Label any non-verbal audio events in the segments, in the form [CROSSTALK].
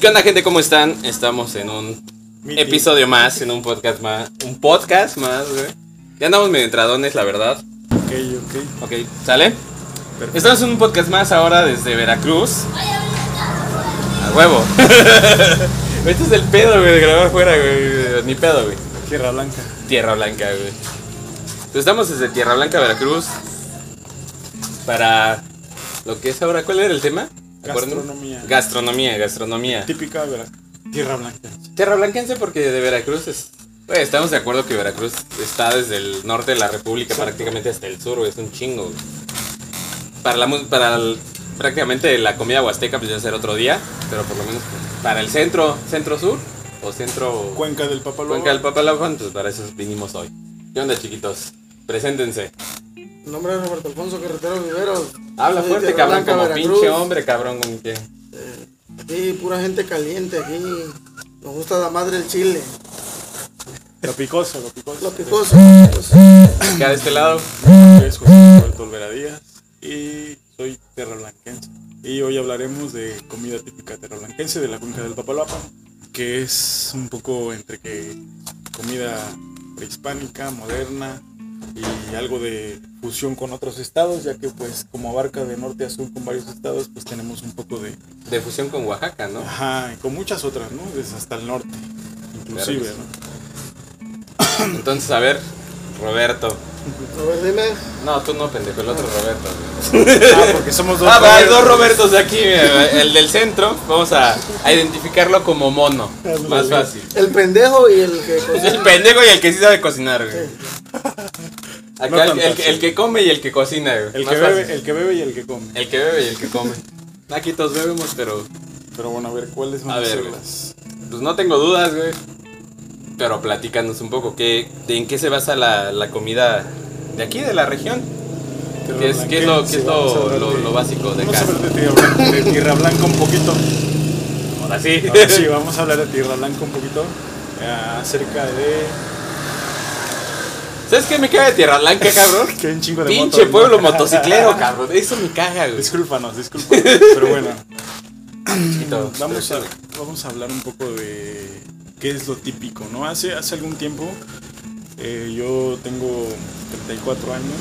¿Qué onda gente? ¿Cómo están? Estamos en un Meeting. episodio más, en un podcast más. Un podcast más, güey. Ya andamos medio entradones, la verdad. Ok, ok. Ok, ¿sale? Perfecto. Estamos en un podcast más ahora desde Veracruz. A [LAUGHS] huevo. Este es el pedo, güey, de grabar fuera, güey. Ni pedo, güey. Tierra Blanca. Tierra Blanca, güey. Entonces, estamos desde Tierra Blanca, Veracruz. Para lo que es ahora, ¿cuál era el tema? ¿Te acuerdan? Gastronomía. Gastronomía, gastronomía. Típica de Veracruz. Tierra Blanca. Terrablanquense porque de Veracruz es... Güey, estamos de acuerdo que Veracruz está desde el norte de la República prácticamente hasta el sur, güey, es un chingo. güey. Para, la, mu- para el- prácticamente la comida huasteca pues ya será otro día, pero por lo menos para el centro, centro-sur o centro... Cuenca del Papaloa. Cuenca del Papalapán, pues para eso vinimos hoy. ¿Qué onda, chiquitos? Preséntense. Mi nombre es Roberto Alfonso Carretero Viveros. Habla Soy de fuerte, Tierra cabrón, Blanca, como Veracruz. pinche hombre, cabrón, como que... Aquí pura gente caliente, aquí nos gusta la madre el chile. Lo picoso, lo picoso. Lo picoso. pues, Acá de este lado, Soy José Roberto Olvera Díaz y soy terrablanquense. Y hoy hablaremos de comida típica terrablanquense de la cuenca del Papalapa, que es un poco entre que comida prehispánica, moderna y algo de fusión con otros estados, ya que pues como abarca de norte a sur con varios estados, pues tenemos un poco de de fusión con Oaxaca, [LAUGHS] ¿no? Ajá, y con muchas otras, ¿no? Desde hasta el norte, inclusive, Claro que ¿no? Entonces, a ver, Roberto. A ver, dime. No, tú no, pendejo, el otro Roberto. güey. Ah, porque somos dos. Ah, va, hay Robertos. dos Robertos de aquí, eh, el del centro, vamos a, a identificarlo como mono, más fácil. El pendejo y el que Es cocina. el pendejo y el que sí sabe cocinar, güey. Acá No el, tanto, el- el que come y el que cocina, güey. El más que, bebe, fácil. el que bebe y el que come. El que bebe y el que come. Aquí todos bebemos, pero Pero bueno, a ver, ¿cuáles son A las ver, güey. reglas? pues no tengo dudas, güey. Pero platícanos un poco, ¿qué, de ¿en qué se basa la, la comida de aquí, de la región? ¿Qué es, qué es lo, qué es lo- lo- lo básico de Vamos acá? a hablar de tierra, Blanca- de Tierra Blanca un [LAUGHS] poquito. Ahora sí. Ahora Ah, sí, vamos a hablar de Tierra Blanca un poquito eh, acerca de... ¿Sabes qué me caga de Tierra [LAUGHS] Blanca, cabrón? Que hay un chingo de Pinche motos, ¿no? [LAUGHS] pueblo motociclero, cabrón. Eso me caga, güey. Discúlpanos, discúlpanos. Pero bueno, Chiquito, Vamos a, vamos a hablar un poco de qué es lo típico, ¿no? Hace, hace algún tiempo, eh, yo tengo 34 años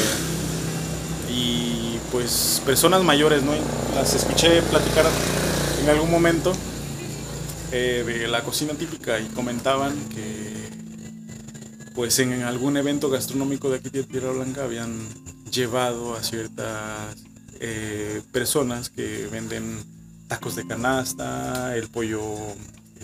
eh, y pues personas mayores, ¿no? Las escuché platicar en algún momento eh, de la cocina típica y comentaban que pues en algún evento gastronómico de aquí de Tierra Blanca habían llevado a ciertas eh, personas que venden tacos de canasta, el pollo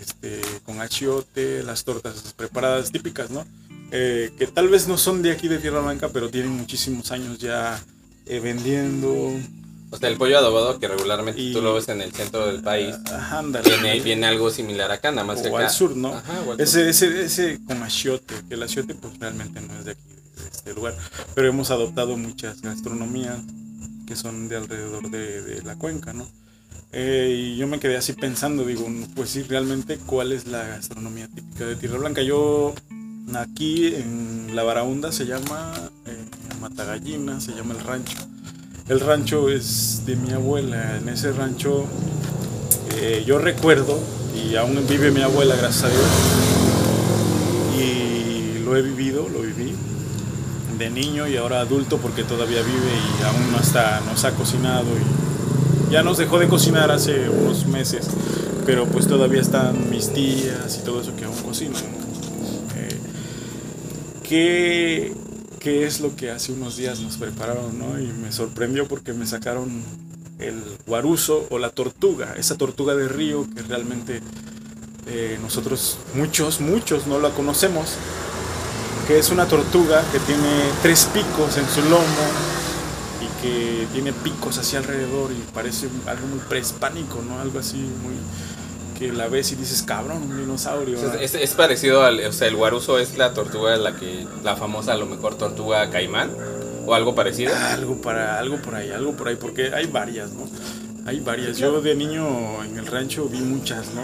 este, con achiote, las tortas preparadas típicas, ¿no? Eh, que tal vez no son de aquí de Tierra Blanca, pero tienen muchísimos años ya eh, vendiendo. O sea, el pollo adobado que regularmente Y- tú lo ves en el centro del país. Ajá, ándale. Viene, viene algo similar acá, nada más que o acá. al sur, ¿no? Ajá, o al sur. ese, ese, ese con achiote, que el achiote pues realmente no es de aquí, de este lugar, pero hemos adoptado muchas gastronomías que son de alrededor de, de la cuenca, ¿no? Eh, y yo me quedé así pensando, digo, pues sí, realmente, ¿cuál es la gastronomía típica de Tierra Blanca? Yo aquí en La Barahunda se llama eh, Matagallina, se llama el rancho. El rancho es de mi abuela, en ese rancho eh, yo recuerdo, y aún vive mi abuela, gracias a Dios, y lo he vivido, lo viví de niño y ahora adulto porque todavía vive y aún no está, nos ha cocinado y ya nos dejó de cocinar hace unos meses, pero pues todavía están mis tías y todo eso que aún cocinan. ¿no? Eh, ¿qué, qué es lo que hace unos días nos prepararon, no? Y me sorprendió porque me sacaron el guaruzo o la tortuga, esa tortuga de río que realmente eh, nosotros muchos, muchos no la conocemos, que es una tortuga que tiene tres picos en su lomo y que tiene picos hacia alrededor y parece un- algo muy prehispánico, ¿no? Algo así muy que la ves y dices, cabrón, un dinosaurio. ¿no? Entonces, es, es parecido al. O sea, el guaruzo es la tortuga, la que. La famosa, a lo mejor, tortuga caimán. O algo parecido. Algo para algo por ahí, algo por ahí, porque hay varias, ¿no? Hay varias. Yo de niño en el rancho vi muchas, ¿no?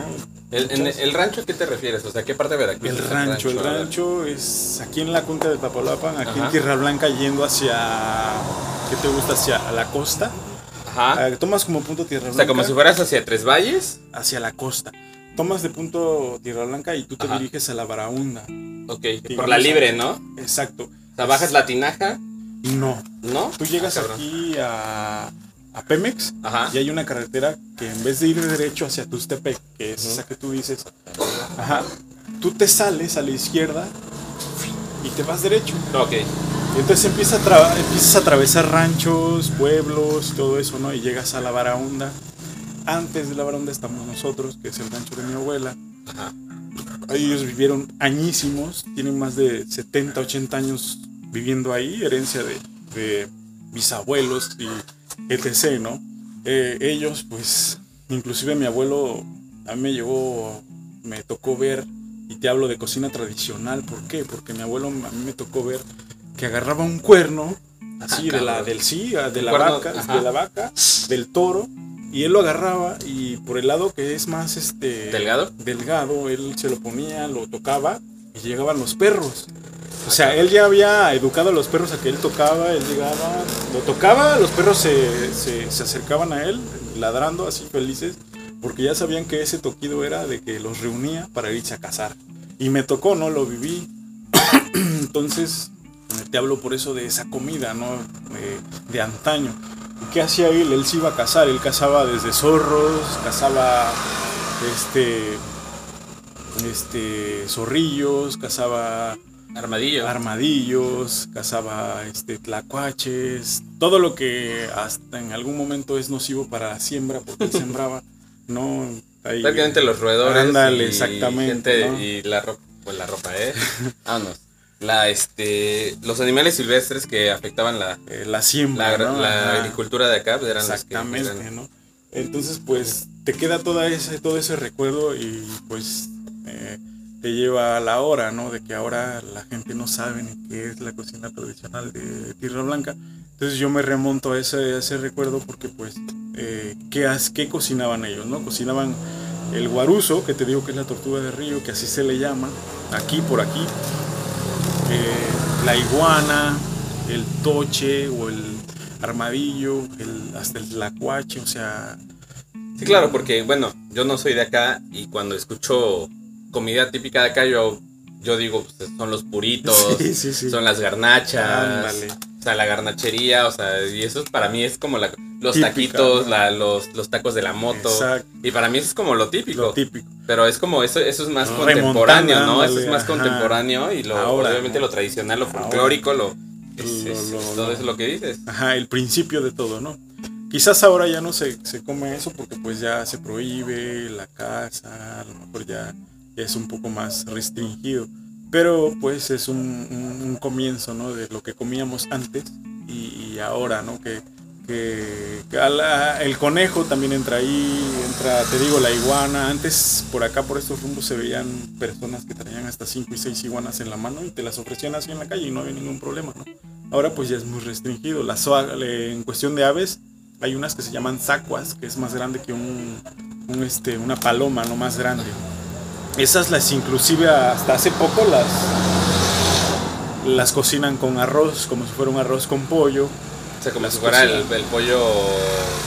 El, en, el rancho a qué te refieres? O sea, ¿qué parte de Veracruz? El es rancho, el a ver? rancho es aquí en la cuenca de Papalapan, aquí Ajá. en Tierra Blanca yendo hacia ¿qué te gusta? hacia la costa. Ajá. Ah, tomas como punto Tierra O Blanca sea, como si fueras hacia Tres Valles. hacia la costa. Tomas de punto Tierra Blanca y tú te Ajá. diriges a la Barahunda. Ok, por Digamos, la libre, ¿no? Exacto. O sea, bajas la tinaja, No. ¿no? Tú llegas Ah, cabrón. aquí a, a Pemex Ajá. y hay una carretera que en vez de ir derecho hacia Tustepec, que es Ujú. esa que tú dices, ajá, tú te sales a la izquierda y te vas derecho. Ok. Y entonces empieza a tra- empiezas a atravesar ranchos, pueblos, todo eso, ¿no? Y llegas a la Barahunda. Antes de la Barahunda estamos nosotros, que es el rancho de mi abuela. Ajá. Ahí Ellos vivieron añísimos, tienen más de 70, 80 años viviendo ahí, herencia de, de mis abuelos y etc., ¿no? Eh, ellos, pues, inclusive mi abuelo, a mí me llegó, me tocó ver, y te hablo de cocina tradicional, ¿por qué? Porque mi abuelo, a mí me tocó ver que agarraba un cuerno, así, Ah, de la, cabrón. del sí, ah, de Un la cuerno, vaca, ajá. de la vaca, del toro, y él lo agarraba y por el lado que es más, este ¿Delgado? delgado, él se lo ponía, lo tocaba y llegaban los perros. O sea, él ya había educado a los perros a que él tocaba, él llegaba, lo tocaba, los perros se, se- se acercaban a él, ladrando así felices, porque ya sabían que ese toquido era de que los reunía para irse a cazar. Y me tocó, ¿no? Lo viví. Entonces, te hablo por eso de esa comida, ¿no? Eh, de antaño. ¿Y ¿Qué hacía él? Él se iba a cazar, él cazaba desde zorros, cazaba este este zorrillos, cazaba Armadillo. armadillos, cazaba este tlacuaches, todo lo que hasta en algún momento es nocivo para la siembra porque él sembraba, no Ahí- Prácticamente los roedores. Ándale, y exactamente, gente- ¿no? Y la ropa, pues la ropa, [LAUGHS] ¿eh? Vámonos. La, este, los animales silvestres que afectaban la, eh, la la, siembra, ¿no? la Ajá. agricultura de acá pues, eran los que Exactamente, eran- ¿no? Entonces, pues, te queda toda ese, todo ese recuerdo y, pues, eh, te lleva a la hora, ¿no? De que ahora la gente no sabe ni qué es la cocina tradicional de Tierra Blanca. Entonces, yo me remonto a ese, a ese recuerdo porque, pues, eh, ¿qué, has- ¿qué cocinaban ellos, no? Cocinaban el guaruzo, que te digo que es la tortuga de río, que así se le llama, aquí, por aquí. Eh, la iguana, el toche o el armadillo, el, hasta el tlacuache, o sea, Sí, claro, porque bueno, yo no soy de acá y cuando escucho comida típica de acá, yo, yo digo, pues, son los puritos, [LAUGHS] Sí, sí, sí. son las garnachas, Ándale. o sea, la garnachería, o sea, y eso para mí es como la, los Típica, taquitos, ¿no? la- los, los tacos de la moto. Exacto. Y para mí eso es como lo típico. lo típico. Pero es como eso, eso es más No, contemporáneo, remontando, ¿no? Eso es ándale, más ajá. contemporáneo y lo Ahora, obviamente ¿no? lo tradicional, lo Ahora. folclórico, lo, es- Lo- es- lo- todo lo- eso es lo que dices. Ajá, el principio de todo, ¿no? Quizás ahora ya no se, se come eso porque pues ya se prohíbe la casa, a lo mejor ya, ya es un poco más restringido. Pero pues es un, un- un comienzo, ¿no? De lo que comíamos antes y, y ahora, ¿no? Que, que- que a la- el conejo también entra ahí, entra, te digo, la iguana. Antes por acá, por estos rumbos, se veían personas que traían hasta 5 y 6 iguanas en la mano y te las ofrecían así en la calle y no había ningún problema, ¿no? Ahora pues ya es muy restringido. Las oa- le- en cuestión de aves, hay unas que se llaman zacuas, que es más grande que un, un, este, una paloma, no más grande. Esas las inclusive hasta hace poco las, las cocinan con arroz, como si fuera un arroz con pollo O sea, como Las si fuera el, cocinas. el pollo.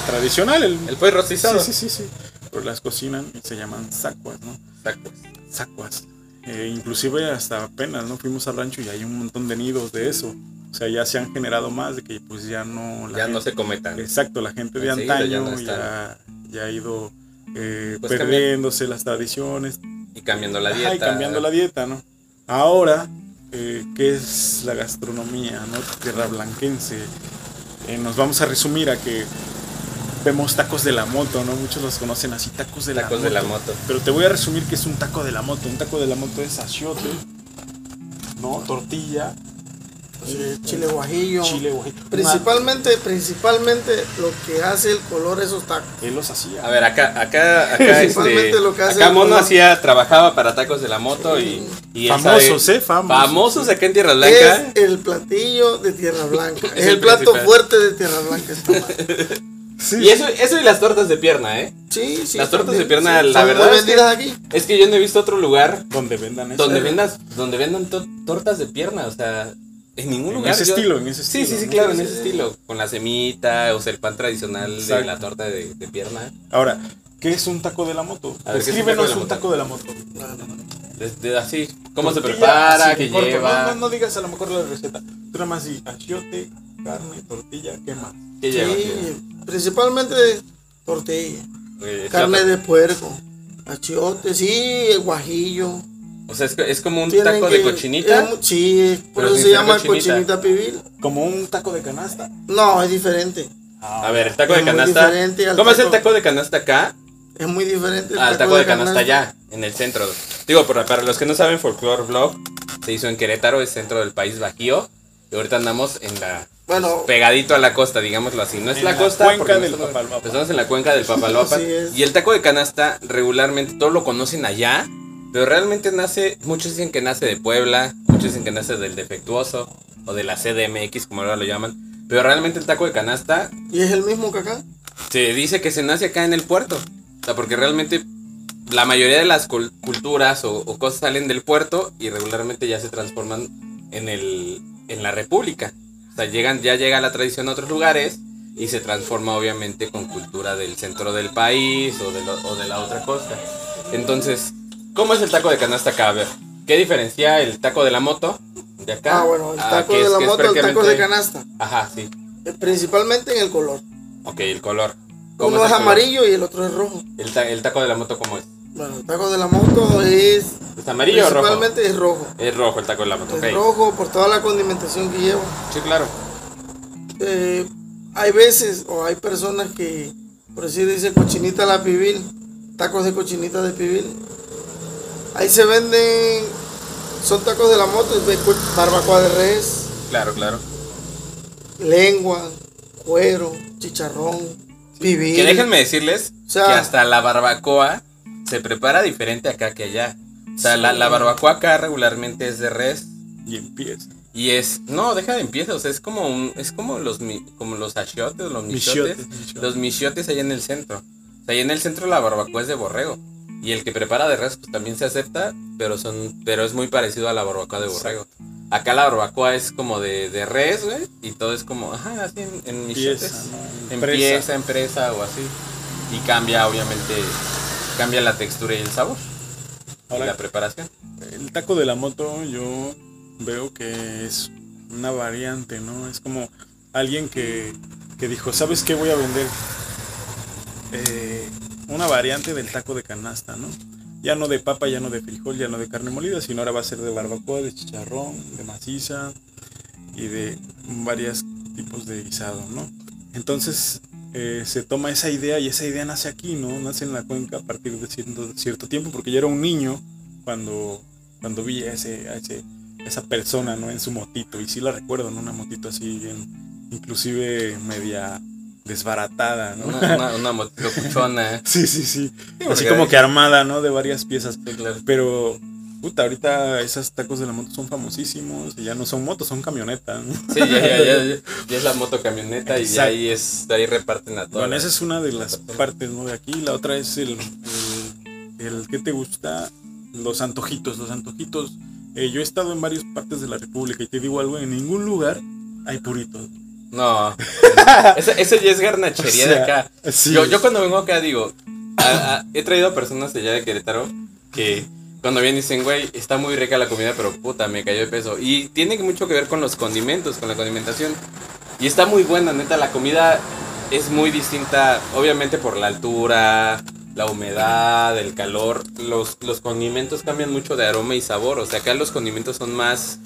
tradicional. El, El pollo sí, rostizado. sí, sí, sí. Pero las cocinan y se llaman zacuas, ¿no? Tacos. zacuas. Eh, inclusive hasta apenas, ¿no? Fuimos al rancho y hay un montón de nidos de eso. O sea, ya se han generado más de que pues ya no... la Ya no gente- se cometan. Exacto, la gente de Enseguida antaño ya ya, no están. ya ha ido eh, Pues perdiéndose las tradiciones. Y cambiando la Ajá, dieta. y cambiando la dieta, ¿no? Ahora, eh, ¿qué es la gastronomía, ¿no? Tierra blanquense. Eh, nos vamos a resumir a que vemos tacos de la moto, ¿no? Muchos los conocen así, tacos de la Tacos moto. de la moto. Pero te voy a resumir que es un taco de la moto. Un taco de la moto es achiote, ¿no? Tortilla, Sí, chile guajillo. chile, güey. Principalmente, principalmente lo que hace el color esos tacos. Él los hacía. A ver, acá, acá, acá, [LAUGHS] Principalmente este, lo que hace acá el Mono color. hacía, trabajaba para tacos de la moto y, y él sabe- famosos, ¿eh? Famosos. famosos acá en Tierra Blanca. Es el platillo de Tierra [LAUGHS] Blanca. Es es el el plato principal. fuerte de Tierra Blanca. esta madre. [LAUGHS] Sí. Y eso, eso y las tortas de pierna, ¿eh? Sí, sí. Las tortas también, de pierna, sí. la Son verdad muy es que- vendidas aquí. Es que yo no he visto otro lugar Donde vendan eso. donde vendas, donde vendan to- tortas de pierna, o sea, En ningún En lugar. ese estilo, en ese Sí, sí, estilo, sí, ¿no? claro, en Sí, ese sí, estilo. Con la semita, o sea, el pan tradicional de Exacto. la torta de, de pierna. Ahora, ¿qué es un taco de la moto? A ver, ¿qué es un Escríbenos un taco taco de la moto. De- de- así, cómo se Tortilla, prepara, así, qué corto. lleva, No, no, no digas a lo mejor la receta. Tú nada más así, achiote, carne, tortilla, ¿qué más? qué lleva. qué Sí, principalmente tortilla, lleva. Eh, carne es la- de puerco, achiote, sí, el guajillo. O sea, es, que- es como un Tienen taco que- de cochinita. eh, sí, por pero eso sin se ser llama cochinita. cochinita pibil. Como un taco de canasta. No, es diferente. A ver, el taco Es de muy canasta. diferente al ¿Cómo es el taco- taco de canasta acá? Es muy diferente. el al Ah, taco de canasta allá, en el centro. Digo, para, para los que no saben, Folklore Vlog se hizo en Querétaro, es centro del país bajío. Y ahorita andamos en la. Bueno. pegadito a la costa, digámoslo así. No es En la, la costa. cuenca porque no del estamos- Papaloapan. pues estamos en la cuenca del Papaloapan. Así es. y el taco de canasta, regularmente todos lo conocen allá. Pero realmente nace. Muchos dicen que nace de Puebla. Muchos dicen que nace del defectuoso. O de la CDMX, como ahora lo llaman. Pero realmente el taco de canasta Y es el mismo que acá. se dice que se nace acá en el puerto. O sea, porque realmente la mayoría de las cul- culturas o, o cosas salen del puerto y regularmente ya se transforman en, el, en la república. O sea, llegan, ya llega la tradición a otros lugares y se transforma obviamente con cultura del centro del país o de, lo- o de la otra costa. Entonces, ¿cómo es el taco de canasta acá? A ver, ¿qué diferencia el taco de la moto de acá? Ah, bueno, el a taco que de es- la que es moto, el taco de prácticamente- canasta. Ajá, sí. Eh, Principalmente en el color. Ok, el color. ¿Cómo Uno es el color? amarillo y el otro es rojo. El, ta- el taco de la moto, ¿cómo es? Bueno, el taco de la moto es. ¿Es amarillo o rojo? principalmente es rojo. Es rojo el taco de la moto, Es ok. rojo por toda la condimentación que lleva. Sí, claro. Eh, hay veces o hay personas que, por decir, dice cochinita a la pibil, tacos de cochinita de pibil. Ahí se venden, son tacos de la moto, de cu- barbacoa de res, Claro, claro. lengua, cuero, chicharrón, pibil. Que déjenme decirles O sea- que hasta la barbacoa se prepara diferente acá que allá. O sea, la, la barbacoa acá regularmente es de res Y empieza. y es. No, deja de empieza. O sea, es como un, es como los mi- como los achiotes, los michotes. Michiotes, michiotes. Los michotes allá en el centro. O sea, allá en el centro la barbacoa es de borrego. Y el que prepara de res pues, también se acepta, pero son, pero es muy parecido a la barbacoa de borrego. Acá la barbacoa es como de, de res, güey, y todo es como, ajá, así en, en michotes. Pieza, ¿no? En Empresa. pieza, empresa o así. Y cambia, obviamente, cambia la textura y el sabor. Ahora, y la preparación. El taco de la moto yo veo que es una variante, ¿no? Es como alguien que, que dijo, ¿sabes qué voy a vender? Eh, una variante del taco de canasta, ¿no? Ya no de papa, ya no de frijol, ya no de carne molida, sino ahora va a ser de barbacoa, de chicharrón, de maciza y de varios tipos de guisado, ¿no? Entonces eh, se toma esa idea y esa idea nace aquí, ¿no? Nace en la cuenca a partir de cierto, cierto tiempo, porque yo era un niño cuando, cuando vi a, ese, a ese- esa persona, ¿no? En su motito, y sí la recuerdo, ¿no? Una motito así, bien, inclusive media desbaratada, ¿no? Una, una, una eh. motito cuchona. Sí, sí, sí. Así porque- como que armada, ¿no? De varias piezas. Sí, claro. Pero, puta, ahorita esas tacos de la moto son famosísimos y ya no son motos, son camionetas. ¿no? Sí, ya, ya, ya, ya, ya es la motocamioneta y ya Exacto. ahí es, de ahí reparten a todos. [LAUGHS] Bueno, esa es una de las partes, ¿no? De aquí. La otra es el, el, el que te gusta, los antojitos, los antojitos. Eh, yo he estado en varias partes de la República y te digo algo, en ningún lugar hay puritos. [LAUGHS] No, esa, esa ya es garnachería O de sea, acá. sí. Yo, yo cuando vengo acá digo, a- a- he traído personas de allá de Querétaro que cuando vienen dicen, güey, está muy rica la comida, pero puta, me cayó de peso. Y tiene mucho que ver con los condimentos, con la condimentación. Y está muy buena, neta, la comida es muy distinta, obviamente por la altura, la humedad, el calor. Los, los condimentos cambian mucho de aroma y sabor. O sea, acá los condimentos son más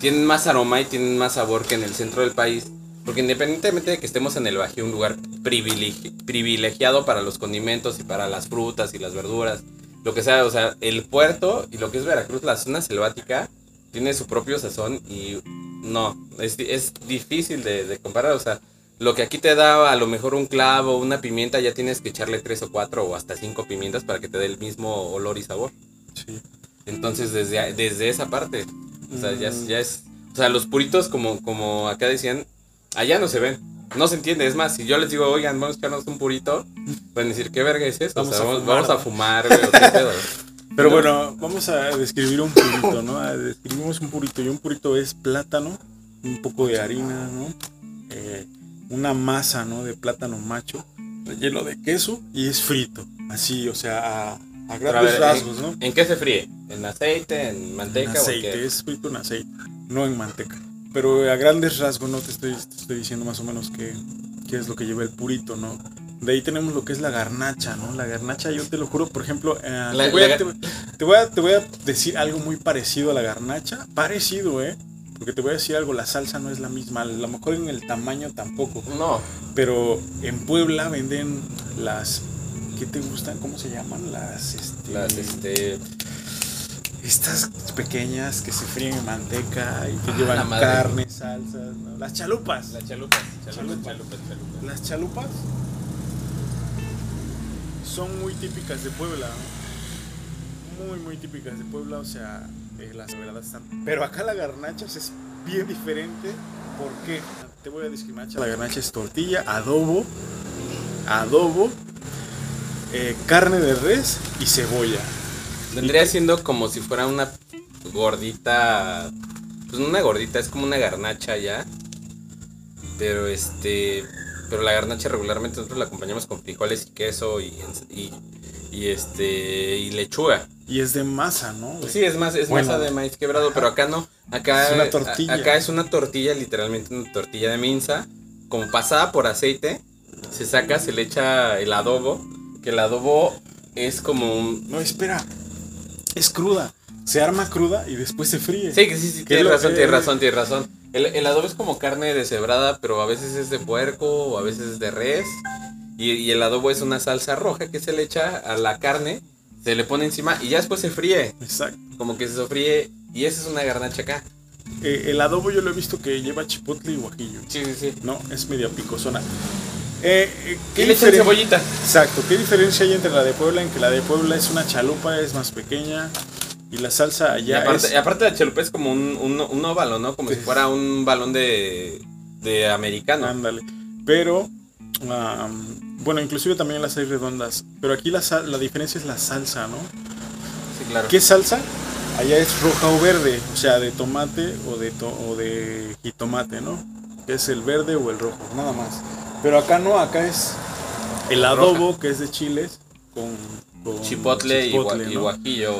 tienen más aroma y tienen más sabor que en el centro del país. Porque independientemente de que estemos en el Bajío, un lugar privilegi- privilegiado para los condimentos y para las frutas y las verduras, lo que sea, o sea, el puerto y lo que es Veracruz, la zona selvática, tiene su propio sazón y no, es, di- es difícil de, de comparar, o sea, lo que aquí te da a lo mejor un clavo, una pimienta, ya tienes que echarle tres o cuatro o hasta cinco pimientas para que te dé el mismo olor y sabor. Sí. Entonces, desde, a- desde esa parte. O sea, ya, Mm. es- ya es. O sea, los puritos, como, como acá decían, allá no se ven. No se entiende. Es más, si yo les digo, oigan, vamos a echarnos un purito, pueden decir, ¿qué verga es eso? O Vamos sea, a vamos, fumar, vamos a ¿no? [LAUGHS] fumar, güey, o qué pedo. Pero bueno, vamos a describir un purito, ¿no? A- Describimos un purito y un purito es plátano, un poco de harina, ¿no? Eh, una masa, ¿no? De plátano macho, relleno de queso y es frito, así, o sea, a, a Pero a grandes ver, rasgos, ¿en, ¿no? en qué se fríe? ¿En aceite? ¿En manteca? o En en qué? aceite, es frito en aceite, no en manteca. Pero a grandes rasgos, ¿no? Te estoy, te estoy diciendo más o menos qué, qué es lo que lleva el purito, ¿no? De ahí tenemos lo que es la garnacha, ¿no? La garnacha, yo te lo juro, por ejemplo, eh, La- te, voy la- a, te- te voy a- te voy a decir algo muy parecido a la garnacha. Parecido, ¿eh? Porque te voy a decir algo, la salsa no es la misma, a lo mejor en el tamaño tampoco. No, Pero en Puebla venden las... ¿Qué te gustan? ¿Cómo se llaman? Las... Este, las, este, estas pequeñas que se fríen en manteca y que Ah, la llevan madre. carne, salsas, ¿no? las chalupas. las chalupas, chalupas, Chalupa. chalupas, chalupas. Las chalupas son muy típicas de Puebla, ¿no? muy muy típicas de Puebla, o sea, eh, las de verdad están. Pero acá la garnacha es bien diferente, ¿por qué? Te voy a discriminar. La garnacha es tortilla, adobo, adobo, eh, carne de res y cebolla. Vendría siendo como si fuera una gordita. Pues no una gordita, es como una garnacha ya. Pero este. Pero la garnacha regularmente nosotros la acompañamos con frijoles y queso y, ens- y, y, este. y lechuga. Y es de masa, ¿no? Sí, es más, es Bueno. masa de maíz quebrado, pero acá no. Acá Es una tortilla. a- acá es una tortilla, literalmente una tortilla de minza, como pasada por aceite. Se saca, se le echa el adobo, que el adobo es como un... No, espera. Es cruda. Se arma cruda y después se fríe. Sí, que sí, sí, ¿Qué tienes lo- razón, eh, tienes razón, tienes razón. El, el adobo es como carne deshebrada, pero a veces es de puerco o a veces es de res. Y, y el adobo es una salsa roja que se le echa a la carne, se le pone encima y ya después se fríe, Exacto. como que se sofríe. Y esa es una garnacha acá. Eh, el adobo yo lo he visto que lleva chipotle y guajillo. Sí, sí, sí. No, es media picosona. Eh, eh, Y le echan diferen- cebollita. Exacto. ¿Qué diferencia hay entre la de Puebla? En que la de Puebla es una chalupa, es más pequeña. Y la salsa Y allá aparte, es... y aparte la chalupa es como un, un, un óvalo, ¿no? Como si Sí. fuera un balón de, de americano. Ándale. Pero, am, bueno, inclusive también las hay redondas. Pero aquí la, sal- la diferencia es la salsa, ¿no? Sí, claro. ¿Qué salsa? Allá es roja o verde, o sea, de tomate o de, to- o de jitomate, ¿no? Que es el verde o el rojo, nada más. Pero acá no, acá es el adobo, que es de chiles, con, con Chipotle, y gua- chipotle, y, ¿no? guajillo.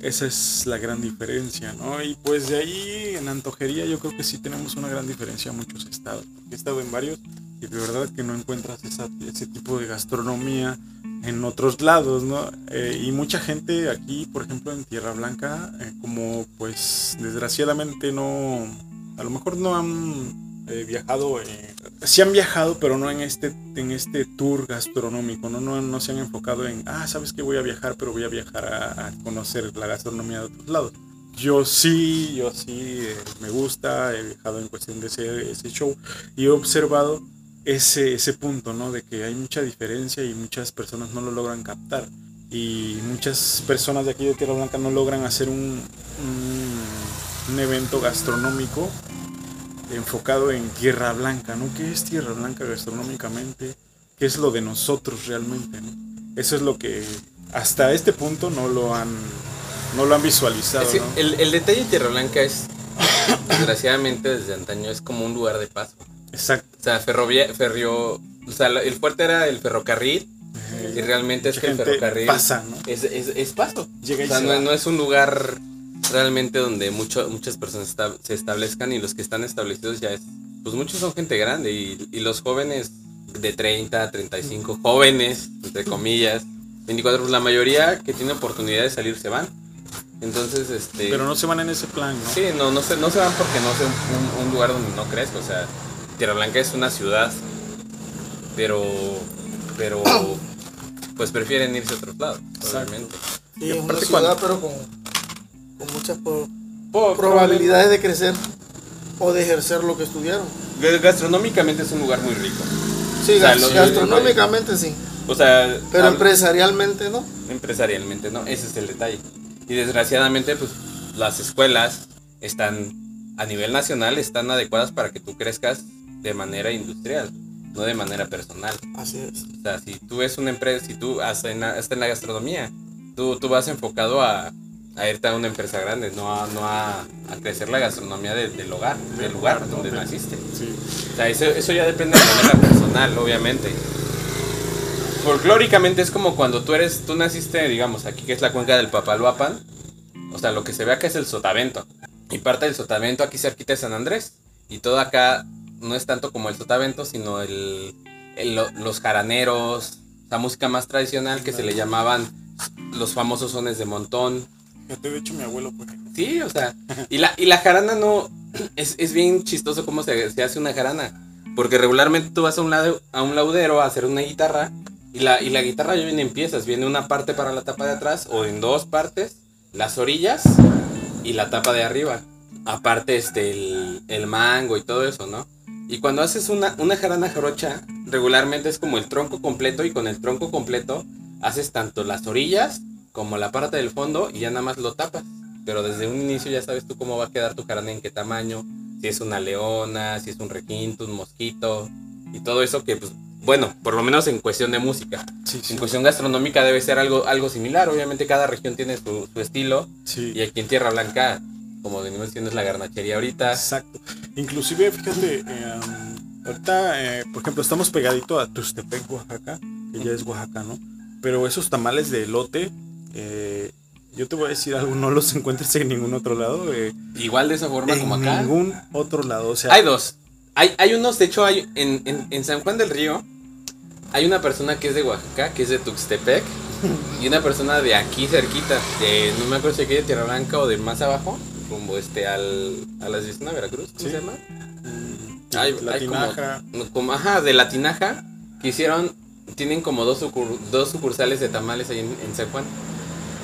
Esa es la gran diferencia, ¿no? Y pues de ahí en antojería yo creo que sí tenemos una gran diferencia en muchos estados. He estado en varios y de verdad que no encuentras esa- ese tipo de gastronomía en otros lados, ¿no? Eh, y mucha gente aquí, por ejemplo, en Tierra Blanca, eh, como pues desgraciadamente no, a lo mejor no han eh, viajado, eh, sí han viajado, pero no en este, en este tour gastronómico, ¿no? No, no se han enfocado en, ah, sabes que voy a viajar, pero voy a viajar a, a conocer la gastronomía de otros lados. Yo sí, yo sí, eh, me gusta, he viajado en cuestión de ese, ese show y he observado ese, ese punto, ¿no? De que hay mucha diferencia y muchas personas no lo logran captar. Y muchas personas de aquí de Tierra Blanca no logran hacer un, un, un evento gastronómico enfocado en Tierra Blanca, ¿no? ¿Qué es Tierra Blanca gastronómicamente? ¿Qué es lo de nosotros realmente, ¿no? Eso es lo que hasta este punto no lo han, no lo han visualizado, Es que ¿no? el, el detalle de Tierra Blanca es, desgraciadamente desde antaño, es como un lugar de paso. Exacto. O sea, ferrovia, ferrio, o sea, la- el fuerte era el ferrocarril y realmente es Mucha que el gente ferrocarril pasa, ¿no? es, es- es paso. Llega y O sea, se no, va. no es un lugar realmente donde mucho, muchas personas esta- se establezcan y los que están establecidos ya es, pues muchos son gente grande y, y los jóvenes de 30, 35, jóvenes, entre comillas, 24, pues la mayoría que tiene oportunidad de salir se van. Entonces, este... Pero no se van en ese plan, ¿no? Sí, no, no se, no se van porque no sea un, un- un lugar donde no crezca. O sea, Tierra Blanca es una ciudad, pero, pero, pues prefieren irse a otros lados, Exacto. probablemente. Sí, es una aparte ciudad, cuando- pero con, con muchas pro- probabilidades de crecer o de ejercer lo que estudiaron. Ga- Gastronómicamente es un lugar muy rico. Sí, O sea, gas- los- gastronómicamente sí, O sea, pero hab- empresarialmente no. empresarialmente, ¿no? Ese es el detalle. Y desgraciadamente, pues, las escuelas están, a nivel nacional, están adecuadas para que tú crezcas de manera industrial, no de manera personal. Así es. O sea, si tú ves una empresa, si tú hasta en la, hasta en la gastronomía, tú, tú vas enfocado a, a irte a una empresa grande, no a, no a, a crecer la gastronomía de- del hogar, del lugar donde naciste. Sí. O sea, eso, eso ya depende de la manera personal, obviamente. Folclóricamente es como cuando tú eres, tú naciste, digamos, aquí que es la cuenca del Papaloapan, o sea, lo que se ve acá es el sotavento. Y parte del sotavento aquí cerquita de San Andrés. Y todo acá no es tanto como el sotavento, sino el, el- lo- los jaraneros, la música más tradicional que se le llamaban los famosos sones de montón. Fíjate, de hecho, mi abuelo, pues. Sí, o sea. Y la, y la jarana no. Es, es bien chistoso cómo se, se hace una jarana. Porque regularmente tú vas a un, lado, a un laudero a hacer una guitarra. Y la, y la guitarra ya viene en piezas. Viene una parte para la tapa de atrás. O en dos partes. Las orillas. Y la tapa de arriba. Aparte, este. El, el mango y todo eso, ¿no? Y cuando haces una, una jarana jarocha. Regularmente es como el tronco completo. Y con el tronco completo. Haces tanto las orillas. Como la parte del fondo. Y ya nada más lo tapas pero desde un inicio ya sabes tú cómo va a quedar tu jarana, en qué tamaño, si es una leona, si es un requinto, un mosquito, y todo eso que, pues, bueno, por lo menos en cuestión de música. Sí, En cuestión gastronómica debe ser algo, algo similar, obviamente cada región tiene su, su estilo, Sí. y aquí en Tierra Blanca, como venimos diciendo, es la garnachería ahorita. Exacto. Inclusive, fíjate, eh, ahorita, eh, por ejemplo, estamos pegadito a Tustepec, Oaxaca, que ya es Oaxaca, ¿no? Pero esos tamales de elote, eh, yo te voy a decir algo, [LAUGHS] no los encuentres en ningún otro lado. eh, Igual de esa forma en como acá. ningún otro lado. O sea, Hay dos. Hay, hay unos, de hecho, hay en, en- en San Juan del Río hay una persona que es de Oaxaca, que es de [LAUGHS] Tuxtepec, y una persona de aquí cerquita, de no me acuerdo si aquí de Tierra Blanca o de más abajo, rumbo este al, a la Isla de Veracruz, ¿cómo Sí. se llama? mm, Hay- la hay como- tinaja, no, como- ajá, de la tinaja, que hicieron, tienen como dos, sucur- dos sucursales de tamales ahí en, en San Juan.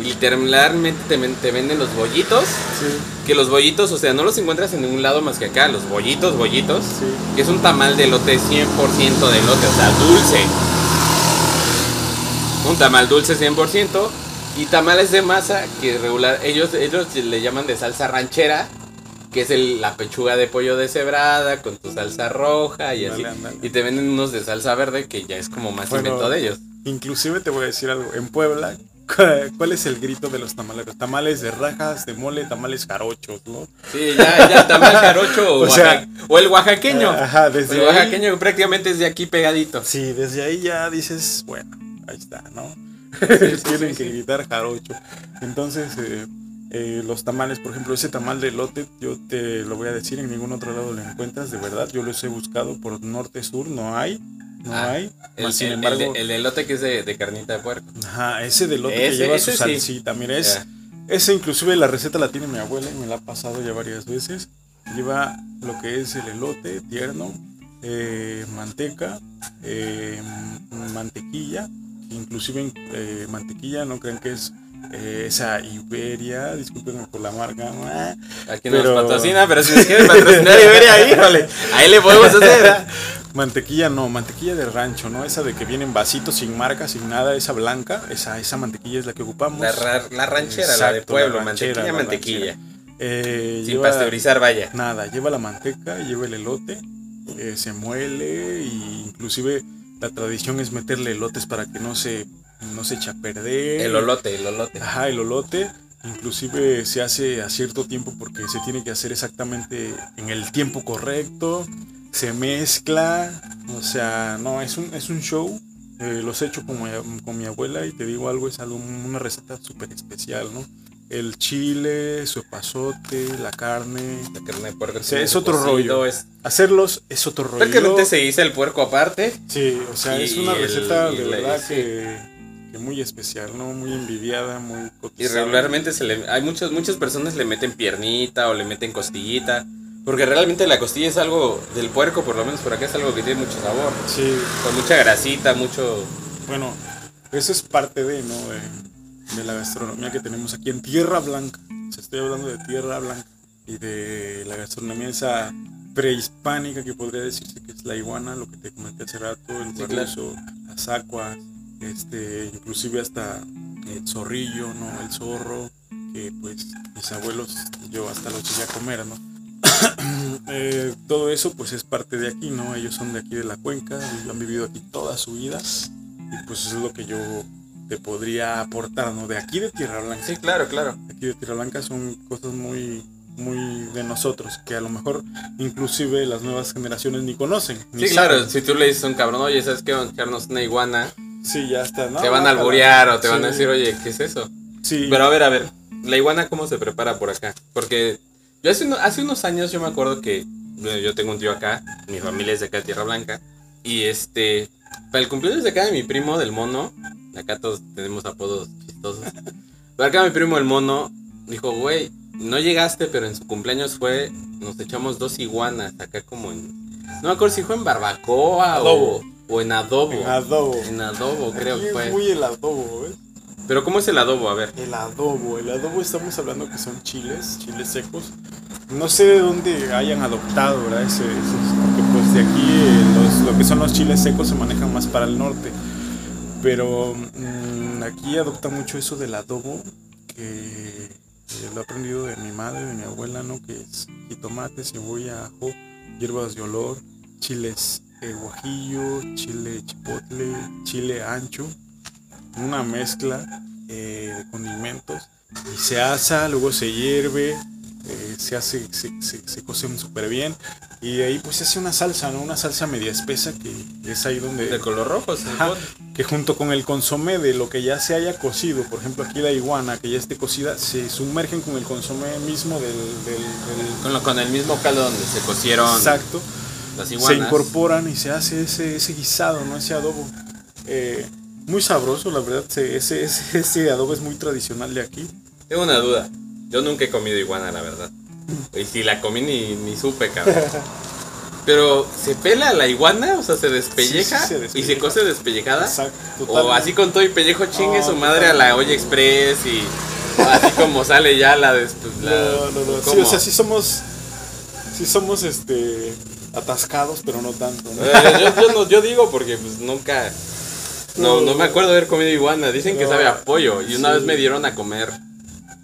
Y literalmente te, ven- te venden los bollitos, sí, que los bollitos, o sea, no los encuentras en ningún lado más que acá, los bollitos, bollitos sí. que es un tamal de lote 100% de lote, o sea, dulce. Un tamal dulce 100% y tamales de masa que regular ellos ellos le llaman de salsa ranchera, que es el- la pechuga de pollo deshebrada con tu salsa roja y Ándale, así. ándale. Y te venden unos de salsa verde que ya es como más Bueno, invento de ellos. Inclusive te voy a decir algo, en Puebla, ¿cuál es el grito de los tamaleros? Tamales de rajas, de mole, tamales jarochos, ¿no? Sí, ya, ya tamal [LAUGHS] jarocho o, O sea, oaxaque- o el oaxaqueño. Ah, Ajá, el desde ahí- oaxaqueño prácticamente es de aquí pegadito. Sí, desde ahí ya dices, bueno, ahí está, ¿no? [LAUGHS] Tienen que gritar jarocho. Entonces, eh, eh, los tamales, por ejemplo, ese tamal de lote, yo te lo voy a decir, en ningún otro lado lo encuentras, de verdad. Yo los he buscado por norte, sur, no hay, no Ah, hay. El, Mas, sin el- el embargo, de- el elote que es de, de carnita de puerco. ajá, ese de lote que Ese- lleva ese su sí. salsita, mira, es, Ya. ese inclusive la receta la tiene mi abuela y me la ha pasado ya varias veces. Lleva lo que es el elote tierno, eh, manteca, eh, m- mantequilla, inclusive eh, mantequilla, no crean que es eh, esa Iberia, discúlpenme por la marca. ah, Aquí Pero- nos [LAUGHS] patrocina, pero si nos quieren patrocinar Iberia, híjole, ahí le podemos hacer. Mantequilla no, mantequilla de rancho, ¿no? Esa de que vienen vasitos sin marca, sin nada, esa blanca, esa, esa mantequilla es la que ocupamos. La, ra- la ranchera, la de Exacto, pueblo, la ranchera, mantequilla, la mantequilla. Eh, Sin lleva- pasteurizar, vaya. Nada, lleva la manteca, lleva el elote, eh, se muele y inclusive la tradición es meterle elotes para que no se, no se eche a perder. El olote, el olote. Ah, Ajá, el olote. Inclusive se hace a cierto tiempo porque se tiene que hacer exactamente en el tiempo correcto. Se mezcla. O sea, no, es un, es un show. Eh, los he hecho con mi, con mi abuela y te digo algo, es algo, una receta súper especial, ¿no? El chile, su epazote, la carne. La carne de puerco. Sí, tiene es su otro cocido, rollo. Es, Hacerlos es otro rollo. prácticamente se hizo el puerco aparte. Sí, o sea, es Y una el- receta y de la- verdad sí. que, que muy especial, ¿no? Muy envidiada, muy Y cotizada. regularmente se le, hay muchas, muchas personas le meten piernita o le meten costillita. Porque realmente la costilla es algo del puerco, por lo menos por acá es algo que tiene mucho sabor. Sí, Con mucha grasita, mucho. Bueno, eso es parte de, ¿no? De, de la gastronomía que tenemos aquí en Tierra Blanca. O sea, estoy hablando de Tierra Blanca y de la gastronomía esa prehispánica que podría decirse que es la iguana, lo que te comenté hace rato, el Sí, guaruso, las acuas, este, inclusive hasta el zorrillo, ¿no? El zorro, que pues mis abuelos, yo hasta los llegué a comer, ¿no? Eh, todo eso pues es parte de aquí, ¿no? Ellos son de aquí de la cuenca, han vivido aquí toda su vida y pues es lo que yo te podría aportar, ¿no? De aquí de Tierra Blanca. Sí, claro, claro. De aquí de Tierra Blanca son cosas muy muy de nosotros, que a lo mejor inclusive las nuevas generaciones ni conocen. ni Sí, saben. claro. Si tú le dices a un cabrón, oye, ¿sabes qué? Vamos a echarnos una iguana. Sí, ya está. ¿no? te van a Ojalá. alburear o te van a Sí, decir, oye, ¿qué es eso? Sí, Pero a ver, a ver, la iguana cómo se prepara por acá. Porque yo hace, uno- hace unos años yo me acuerdo que bueno, yo tengo un tío acá, mi familia es de acá de Tierra Blanca, y este, para el cumpleaños de acá de mi primo del mono, acá todos tenemos apodos chistosos, [LAUGHS] para acá mi primo el mono dijo, güey, no llegaste, pero en su cumpleaños fue, nos echamos dos iguanas acá como en... No me acuerdo si fue en barbacoa o, Adobo. o en adobo. en adobo. En adobo, creo Aquí que fue. es muy el adobo, ¿eh? Pero ¿cómo es el adobo? A ver. El adobo, el adobo estamos hablando que son chiles, chiles secos. No sé de dónde hayan adoptado, ¿verdad? Ese, esos, porque pues de aquí eh, los- lo que son los chiles secos se manejan más para el norte. Pero mm, aquí adopta mucho eso del adobo, que eh, lo he aprendido de mi madre, de mi abuela, ¿no? Que es jitomate, cebolla, ajo, hierbas de olor, chiles eh, guajillo, chile chipotle, chile ancho, una mezcla eh, de condimentos y se asa, luego se hierve, eh, se hace, se, se, se cose súper bien y de ahí pues se hace una salsa, ¿no? Una salsa media espesa que es ahí donde De color rojo, se Ajá, supone. que junto con el consomé de lo que ya se haya cocido, por ejemplo aquí la iguana que ya esté cocida, se sumergen con el consomé mismo del, del- del- con, lo- con el mismo caldo donde se cocieron exacto, las se iguanas. incorporan y se hace ese, ese guisado, ¿no? Ese adobo. Eh, muy sabroso, la verdad, se- ese, ese, [LAUGHS] ese adobo es muy tradicional de aquí. Tengo una duda. Yo nunca he comido iguana, la verdad. Y si la comí ni, ni supe, [LAUGHS] cabrón. Pero, ¿se pela la iguana? O sea, ¿se despelleja? Sí, sí, se despelleja. ¿Y se cose despellejada? Exacto, O totalmente. así con todo y pellejo chingue No, su madre a la olla express y así como sale ya la... des- pues, la No, no, no, Sí, ¿cómo? o sea, sí somos, sí somos este, atascados, pero no tanto. ¿no? Eh, yo, yo no- yo digo porque pues nunca... No, no me acuerdo de haber comido iguana. Dicen que No. sabe a pollo. Y una Sí. vez me dieron a comer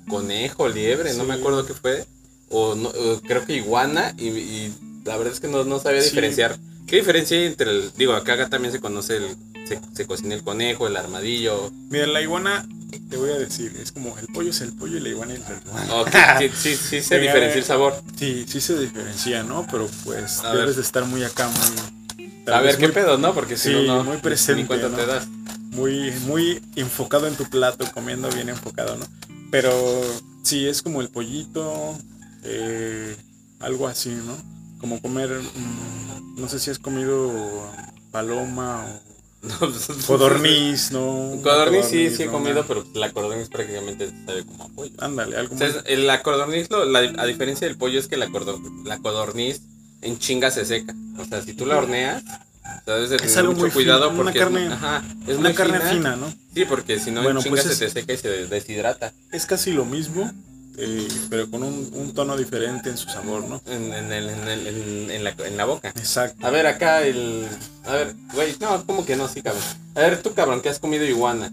conejo, liebre, no Sí. me acuerdo qué fue. O, no- o creo que iguana. Y, y la verdad es que no, no sabía Sí. diferenciar. ¿Qué diferencia hay entre el... Digo, acá, acá también se conoce el... Se, se cocina el conejo, el armadillo. Mira, la iguana, te voy a decir, es como el pollo es el pollo y la iguana es la iguana. [LAUGHS] O que- sí, sí, sí se Mira, diferencia el sabor. Sí, sí se diferencia, ¿no? Pero pues A debes ver. de estar muy acá, muy... tal A ver vez qué muy, pedo, ¿no? Porque si sí, no, no, muy presente, Ni cuenta ¿no? te das. [LAUGHS] Muy, muy enfocado en tu plato, comiendo bien enfocado, ¿no? Pero sí, es como el pollito, eh, algo así, ¿no? Como comer, mm, no sé si has comido paloma No, pues, o codorniz, ¿no? Codorniz sí, sí he ¿no? comido, pero pues, la codorniz prácticamente sabe como a pollo. Ándale, algo O sea, muy- es- el- la codorniz, lo- la, a diferencia del pollo, es que la, cordor- la codorniz en chinga se seca. O sea, si tú la horneas, o sea, debes de Es tener algo mucho muy fino, cuidado una porque es, carne- muy- ajá, es una muy carne fina, ¿no? Sí, porque si no Bueno, en chinga pues se es- te seca y se deshidrata es casi lo mismo, eh, pero con un, un tono diferente en su sabor, ¿no? en, en el- en el- en- en la, en la boca. Exacto. A ver, acá el... A ver, güey, no, ¿cómo que no? Sí, cabrón. A ver, tú, cabrón, que has comido iguana.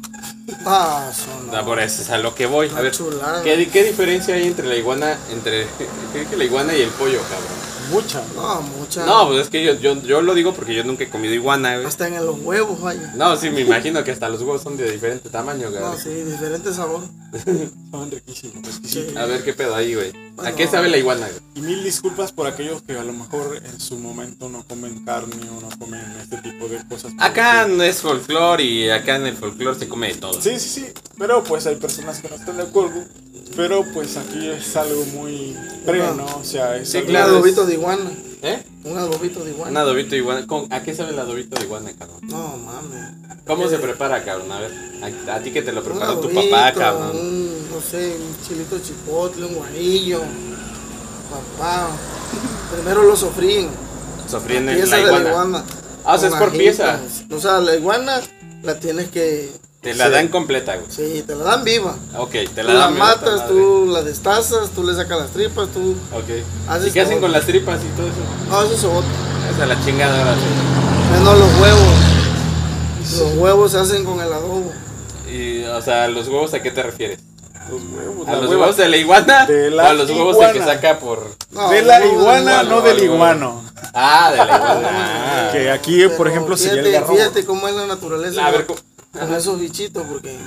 Ah, son Ah, por eso es a lo que voy. A una ver, chulada. ¿qué, di- qué diferencia hay entre la iguana, entre [LAUGHS] que la iguana y el pollo, cabrón? Mucha. No, mucha. No, pues es que yo, yo, yo lo digo porque yo nunca he comido iguana, güey. Hasta en los huevos, vaya. No, sí, me imagino que hasta los huevos son de diferente tamaño, güey. No, sí, diferente sabor. Son riquísimos, exquisitos. A ver qué pedo ahí, güey. ¿A Bueno. qué sabe la iguana, güey? Y mil disculpas por aquellos que a lo mejor en su momento no comen carne o no comen este tipo de cosas. Acá no es folclore y acá en el folclore se come de todo. Sí, sí, sí. Pero pues hay personas que no están de acuerdo. Pero pues aquí es algo muy frío, ¿no? O sea, es Sí, algo- Un claro, adobito de iguana. ¿Eh? Un adobito de Un iguana. adobito de iguana. ¿Con- ¿A qué sabe el adobito de iguana, cabrón? No, mames. ¿Cómo se prepara, cabrón? A ver, a, a ti que te lo Un preparó tu adobito, papá, cabrón. un, no sé, un chilito chipotle, un guajillo. Papá. Primero lo sofríen. Sofríen en la Pieza de la iguana. iguana. Ah, o sea, es por Con pieza. ajitos. O sea, la iguana la tienes que. Te la Sí. dan completa, güey. Sí, te la dan viva. Ok, te Tú la la, dan. mira, esta matas, madre. tú la destazas, tú le sacas las tripas, tú. Ok. Haces ¿Y qué hacen todo. con las tripas y todo eso? No, Ah, eso es otro. Esa la chingada ahora. sí. Menos los huevos. Los huevos se hacen con el adobo. Y, o sea, ¿los huevos a qué te refieres? Los huevos, ¿A la los hueva- huevos de la iguana? De la ¿O a los huevos el que iguana. saca por. No, de la los huevos de iguana, no del Vale, vale. iguano. Ah, de la iguana. Que aquí, por Pero ejemplo, sería el fíjate- garrobo. Fíjate cómo es la naturaleza. Ah, a ver, ¿cómo- con esos bichitos, porque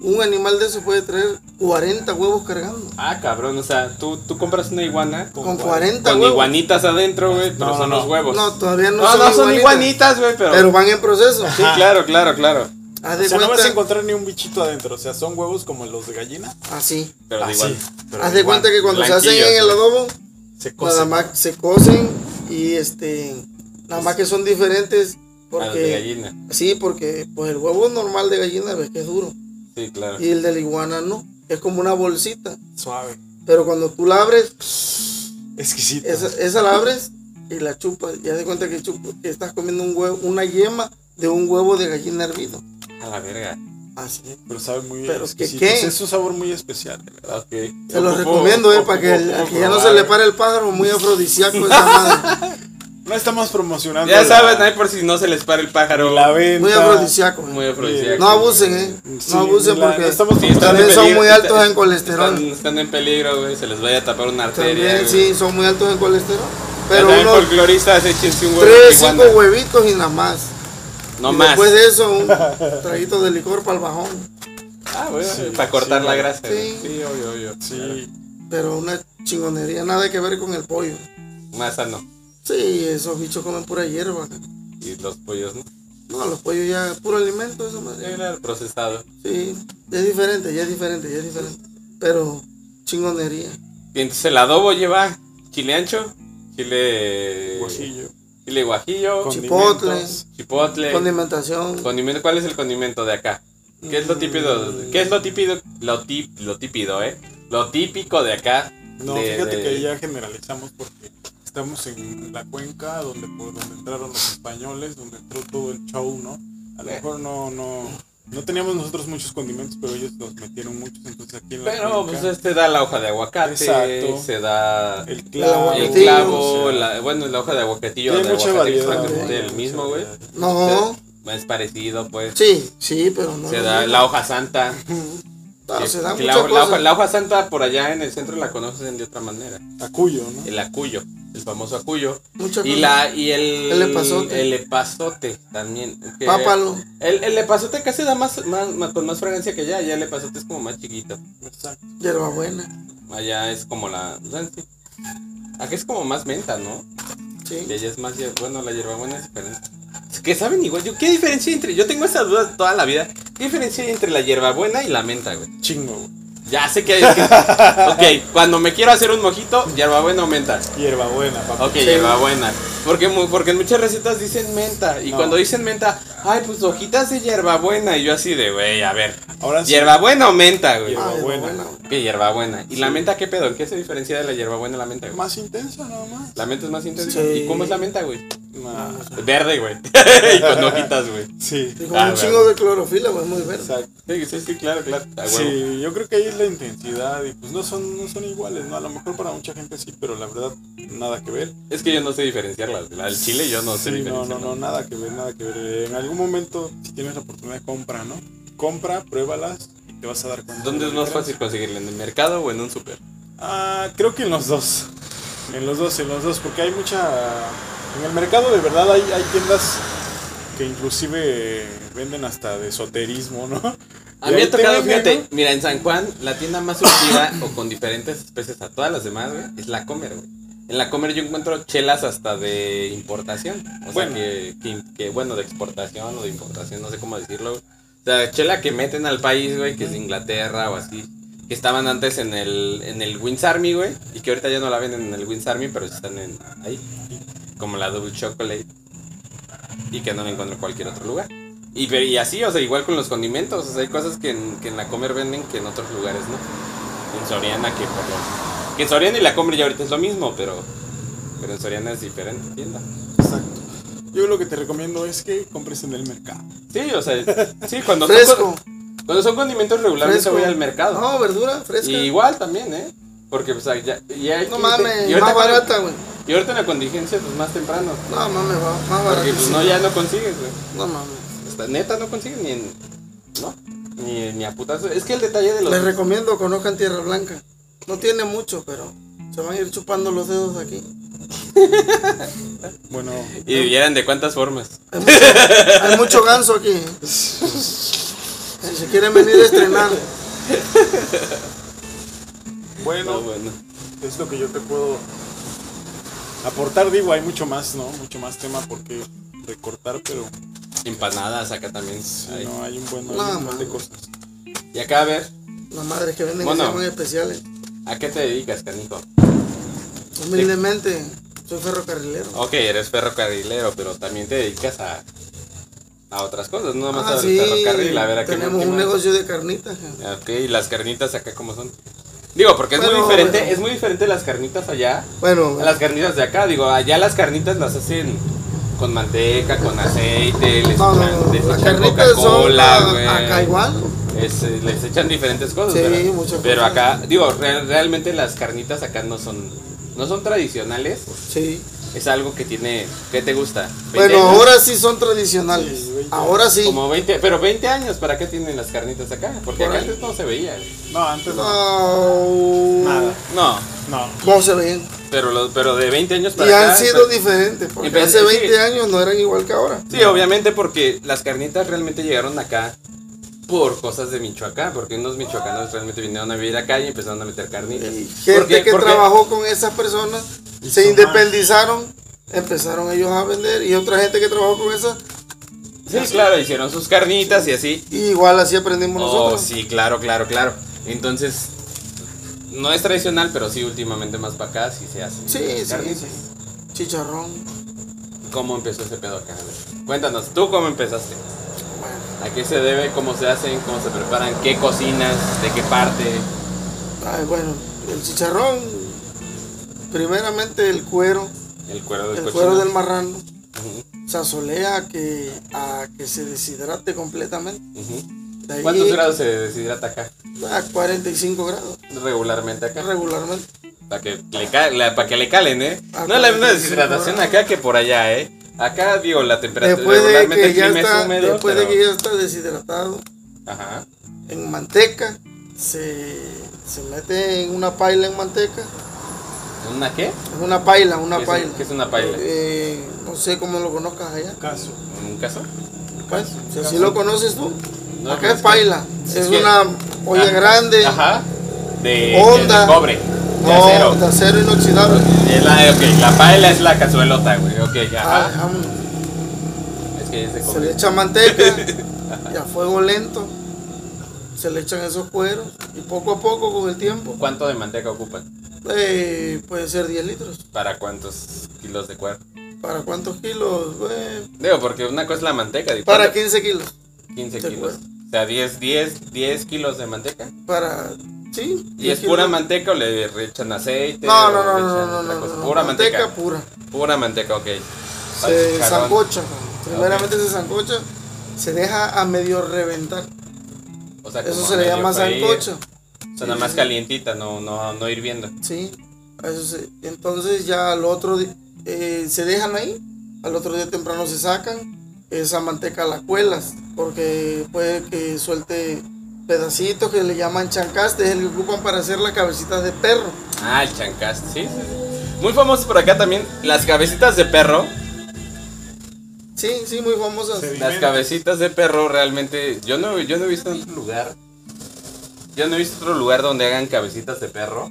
un animal de esos puede traer 40 huevos cargando. Ah, cabrón, o sea, tú, tú compras una iguana con, Con 40 con huevos. iguanitas adentro, güey, pero No, son no. los huevos. No, todavía no, no, son, no, son iguanitas, iguanitas, güey, pero... pero van en proceso. Sí, claro, claro, claro. Haz O de sea, no cuenta, vas a encontrar ni un bichito adentro. O sea, son huevos como los de gallina. así. Pero de Ah, igual. sí. pero Haz de de igual, ¿eh? cuenta que cuando se hacen blanquillos, en el güey. adobo, Se nada cocen. más se cocen y este, nada más que son diferentes A los de porque gallina. sí, porque pues el huevo normal de gallina ves que es duro Sí, claro. y el de la iguana no, es como una bolsita, Suave. pero cuando tú la abres, Exquisito. esa, esa la abres y la chupas y haz de cuenta que, chup- que estás comiendo un huevo, una yema de un huevo de gallina hervido, A la verga. así. es. Pero sabe muy bien. Pero es que ¿qué? Es un sabor muy especial, de verdad. Ok. Se los Ocupo- recomiendo, eh, ocupo- para que, el- ocupo a que ya no se probar. le pare el pájaro, muy afrodisíaco esa [LAUGHS] madre. No estamos promocionando. Ya la- saben, ahí por si no se les para el pájaro. La venta. Muy afrodisíaco. Muy afrodisíaco. No abusen, eh. Sí, No abusen la- porque estamos Sí, están también en son peligro- muy está- altos en [LAUGHS] colesterol. Están, están en peligro, güey. Se les vaya a tapar una arteria. También, güey. sí, son muy altos en colesterol. Pero Pero también unos folcloristas, échense un huevo. de 3, iguana. 5 huevitos y nada más. No y más. después de eso, un traguito de licor para el bajón. Ah, güey. Sí, para cortar sí, la güey. grasa. güey. Sí. sí obvio, obvio. Sí. Pero una chingonería, nada que ver con el pollo. Más sano. Sí, esos bichos comen pura hierba. Y los pollos, ¿no? No, los pollos ya, puro alimento, esa madre. Sí, claro, procesado. Sí, es diferente, ya es diferente, ya es diferente. Pero chingonería. Y entonces el adobo lleva chile ancho, chile. Guajillo. Chile guajillo, Chipotle, Condimentos. chipotle. condimentación, Condimento, ¿cuál es el condimento de acá? ¿Qué Mm. es lo típico? ¿Qué es lo típico? Lo, tip, lo típico, ¿eh? Lo típico de acá. No, de- fíjate de- que ya generalizamos porque estamos en la cuenca donde por donde entraron los españoles, donde entró todo el show, ¿no? A lo Eh. mejor no, no, no teníamos nosotros muchos condimentos, pero ellos los metieron muchos, entonces aquí en la Pero cuenca, pues este da la hoja de aguacate, Exacto. se da el el clavo, el o sea, clavo, la- bueno, la hoja de aguacatillo, tiene de mucha aguacate que es variedad, ¿eh? prácticamente ¿no? el mismo, güey. no, Es parecido, pues. sí, sí, pero no. Se lo da mismo. la hoja santa. Claro, que- Ah, se dan que la, muchas la hoja, cosas. la hoja santa por allá en el centro la conocen de otra manera. Acuyo, ¿no? El acuyo, el famoso acuyo. Muchas Y cosas. la y el El epazote. el epazote también. que- Pápalo. El, el epazote casi da más, más- más- con más fragancia que allá, allá el epazote es como más chiquito. Exacto. Hierbabuena. Allá es como la. sí. Aquí es como más menta, ¿no? Sí. Y allá es más. hier- Bueno, la hierbabuena es diferente. Es que saben igual. Yo, ¿Qué diferencia hay entre.? Yo tengo esa duda toda la vida. ¿Qué diferencia hay entre la hierbabuena y la menta, güey? Chingo, güey. Ya sé que. es que- ok, cuando me quiero hacer un mojito, hierbabuena o menta. Hierbabuena, papá. Ok, hierbabuena. Porque, mu- porque en muchas recetas dicen menta. Y No. cuando dicen menta, ay, pues hojitas de hierbabuena. Y yo así de, güey, a ver. Ahora sí, ¿Hierbabuena o menta, güey? Hierba- Ah, hierbabuena. ¿Qué hierbabuena? ¿Y la menta qué pedo? ¿En qué se diferencia de la hierbabuena y la menta, güey? más intensa nada más. La menta es más intensa. Sí. ¿Y cómo es la menta, güey? Nah, Verde, güey. [LAUGHS] y con hojitas, güey. Sí, Y con Ah, un bueno. chingo de clorofila, güey, muy verde. exacto. Sí, sí, sí, claro, claro. A huevo. Sí, yo creo que ahí es la intensidad y pues no son, no son iguales, ¿no? A lo mejor para mucha gente sí, pero la verdad, nada que ver. Es que yo no sé diferenciarlas. La del chile yo no sé Sí, no, no, diferenciarlas. no, nada que ver, nada que ver. En algún momento, si tienes la oportunidad, compra, ¿no? Compra, pruébalas y te vas a dar cuenta. ¿Dónde de es la más diferencia. fácil conseguirla? ¿En el mercado o en un súper? Ah, creo que en los dos. En los dos, en los dos, porque hay mucha... En el mercado de verdad hay, hay tiendas que inclusive venden hasta de esoterismo, ¿no? A Y mí me ahí ha tocado, te venden, fíjate, ¿no? mira, en San Juan, la tienda más [COUGHS] surtida o con diferentes especies a todas las demás, güey, es la Comer, güey. En la Comer yo encuentro chelas hasta de importación. O Bueno. sea, que, que- que, bueno, de exportación o de importación, no sé cómo decirlo. güey. O sea, chela que meten al país, güey, que es de Inglaterra o así. Que estaban antes en el, en el Wins Army, güey. Y que ahorita ya no la venden en el Wins Army, pero sí están en, ahí. Como la Double Chocolate. Y que no la encuentro en cualquier otro lugar. Y, pero- y así, o sea, igual con los condimentos. O sea, hay cosas que en, que en la Comer venden que en otros lugares, ¿no? En Soriana, que por lo- Que en Soriana y la Comer ya ahorita es lo mismo, pero. Pero en Soriana es diferente tienda. Exacto. Yo lo que te recomiendo es que compres en el mercado. Sí, o [LAUGHS] sea, sí, cuando son, Fresco. con- cuando son condimentos regularmente Fresco. voy al mercado. No, verdura fresca. y igual también, ¿eh? Porque, pues, ahí ya. Y hay no que- mames, y ahorita más con- barata, güey. Y ahorita en la contingencia, pues más temprano. No mames, va, más barata. Porque, pues, no, ya no consigues, güey. No mames. Hasta Neta, no consigues ni en. ¿No? Ni, ni a putazo. Es que el detalle de los. Les recomiendo conozcan Tierra Blanca. No tiene mucho, pero se van a ir chupando los dedos aquí. Bueno, Y vieran de cuántas formas. Hay mucho, hay mucho ganso aquí. Si se quieren venir a estrenar. No, Bueno, bueno. es lo que yo te puedo aportar. Digo, hay mucho más, ¿no? Mucho más tema porque recortar, pero Empanadas acá también. sí, hay. no, hay un buen hay No, un buen de man. cosas. Y acá a ver, Las madres que venden Bueno. que se llaman especiales. ¿a qué te dedicas, canijo? Humildemente, soy ferrocarrilero. Ok, eres ferrocarrilero, pero también te dedicas a, a otras cosas, no nada más Ah, al sí, ferrocarril, a ver a qué tenemos qué un más. negocio de carnitas. ja. Ok, ¿y las carnitas acá cómo son? Digo, porque es muy Bueno, diferente, bueno. es muy diferente las carnitas allá Bueno, a las carnitas de acá. Digo, allá las carnitas las hacen con manteca, con aceite, les, no, no, echan- no, les las echan carnitas son Coca-Cola, güey. a- acá igual. Es, eh, les echan diferentes cosas, Sí, ¿verdad? muchas Pero cosas. acá, digo, re- realmente las carnitas acá no son no son tradicionales, Sí. es algo que tiene ¿qué te gusta? Bueno, 20 años. ahora sí son tradicionales. Sí, veinte. ahora sí. Como 20, pero 20 años, ¿para qué tienen las carnitas acá? Porque Por acá ahí. antes no se veía. No, antes no. No. Nada. No, No. No se ven. pero los, pero de 20 años para Y acá. han sido pues, diferentes, porque Empe- hace sí. 20 años no eran igual que ahora. sí, obviamente porque las carnitas realmente llegaron acá por cosas de Michoacán, porque unos michoacanos realmente vinieron a vivir acá y empezaron a meter carnitas. Y Porque- gente que porque- trabajó con esas personas Y se son independizaron, empezaron ellos a vender y otra gente que trabajó con esas, Sí, claro, hicieron sus carnitas y así. y igual así aprendimos Oh, nosotros. sí, claro, claro, claro. Entonces, no es tradicional, pero sí últimamente más para acá sí se hace. Sí, sí, Carnitas. sí. Chicharrón. ¿Cómo empezó ese pedo acá? A ver, Cuéntanos, ¿tú cómo empezaste? ¿A qué se debe? ¿Cómo se hacen? ¿Cómo se preparan? ¿Qué cocinas? ¿De qué parte? Ay, bueno, el chicharrón, primeramente el cuero, El cuero del el cochino. cuero del marrano, Ujú, se asolea a que, a que se deshidrate completamente. ujú. De ahí ¿Cuántos grados se deshidrata acá? A 45 grados, Regularmente acá. regularmente. Para que, le ca- la- pa' que le calen, ¿eh? Ah, No es la misma 45 deshidratación grados. acá que por allá, ¿eh? Acá, digo, la temperatura Después de regularmente que el ya clima está, es húmedo. después de pero- que ya está deshidratado, Ajá. en manteca, se, se mete en una paila en manteca, ¿Una qué? es una paila, una ¿Qué es- paila. qué es una paila? Eh, no sé cómo lo conozcas allá. Caso. ¿Un caso? Pues, si así lo conoces tú, No, acá pues es es que- paila, es es, que- una olla Ah, grande, Ajá. De, Onda. de cobre. De no, acero. de acero inoxidable. Es la, ok, la paella es la cazuelota, güey. Ok, Ah, ajá. vámonos. Es que es de Se le cobre. [LAUGHS] echa manteca y a fuego lento se le echan esos cueros y poco a poco con el tiempo ¿Cuánto de manteca ocupan? eh, puede ser 10 litros. ¿Para cuántos kilos de cuerpo? ¿Para cuántos kilos? Eh, Digo, porque una cosa es la manteca. ¿y para cuánto? 15 kilos. 15 de kilos. cuerpo. O sea, 10, 10, 10 kilos de manteca. Para. ¿Sí? ¿Y es 10 pura kilos. manteca o le re- echan aceite? No, o no, no, le echan no, no, no, otra no, cosa? no, Pura manteca manteca. pura. Pura manteca, ok. Se Salchichadón. zancocha. Primeramente se zancocha, se deja a medio reventar. O sea, Eso Ah, como se le medio llama freír. zancocha. O sea, nada más calientita, no, no, no hirviendo. Sí, a eso se- entonces ya al otro di- eh, se dejan ahí, al otro día temprano se sacan, esa manteca la cuelas, porque puede que suelte pedacitos que le llaman chancaste, es el que ocupan para hacer las cabecitas de perro. Ah, el chancaste, sí, sí, sí. Muy famoso por acá también las cabecitas de perro. Sí, sí, muy famosas. Sí. Las cabecitas de perro realmente, yo no, yo no he visto otro lugar, yo no he visto otro lugar donde hagan cabecitas de perro,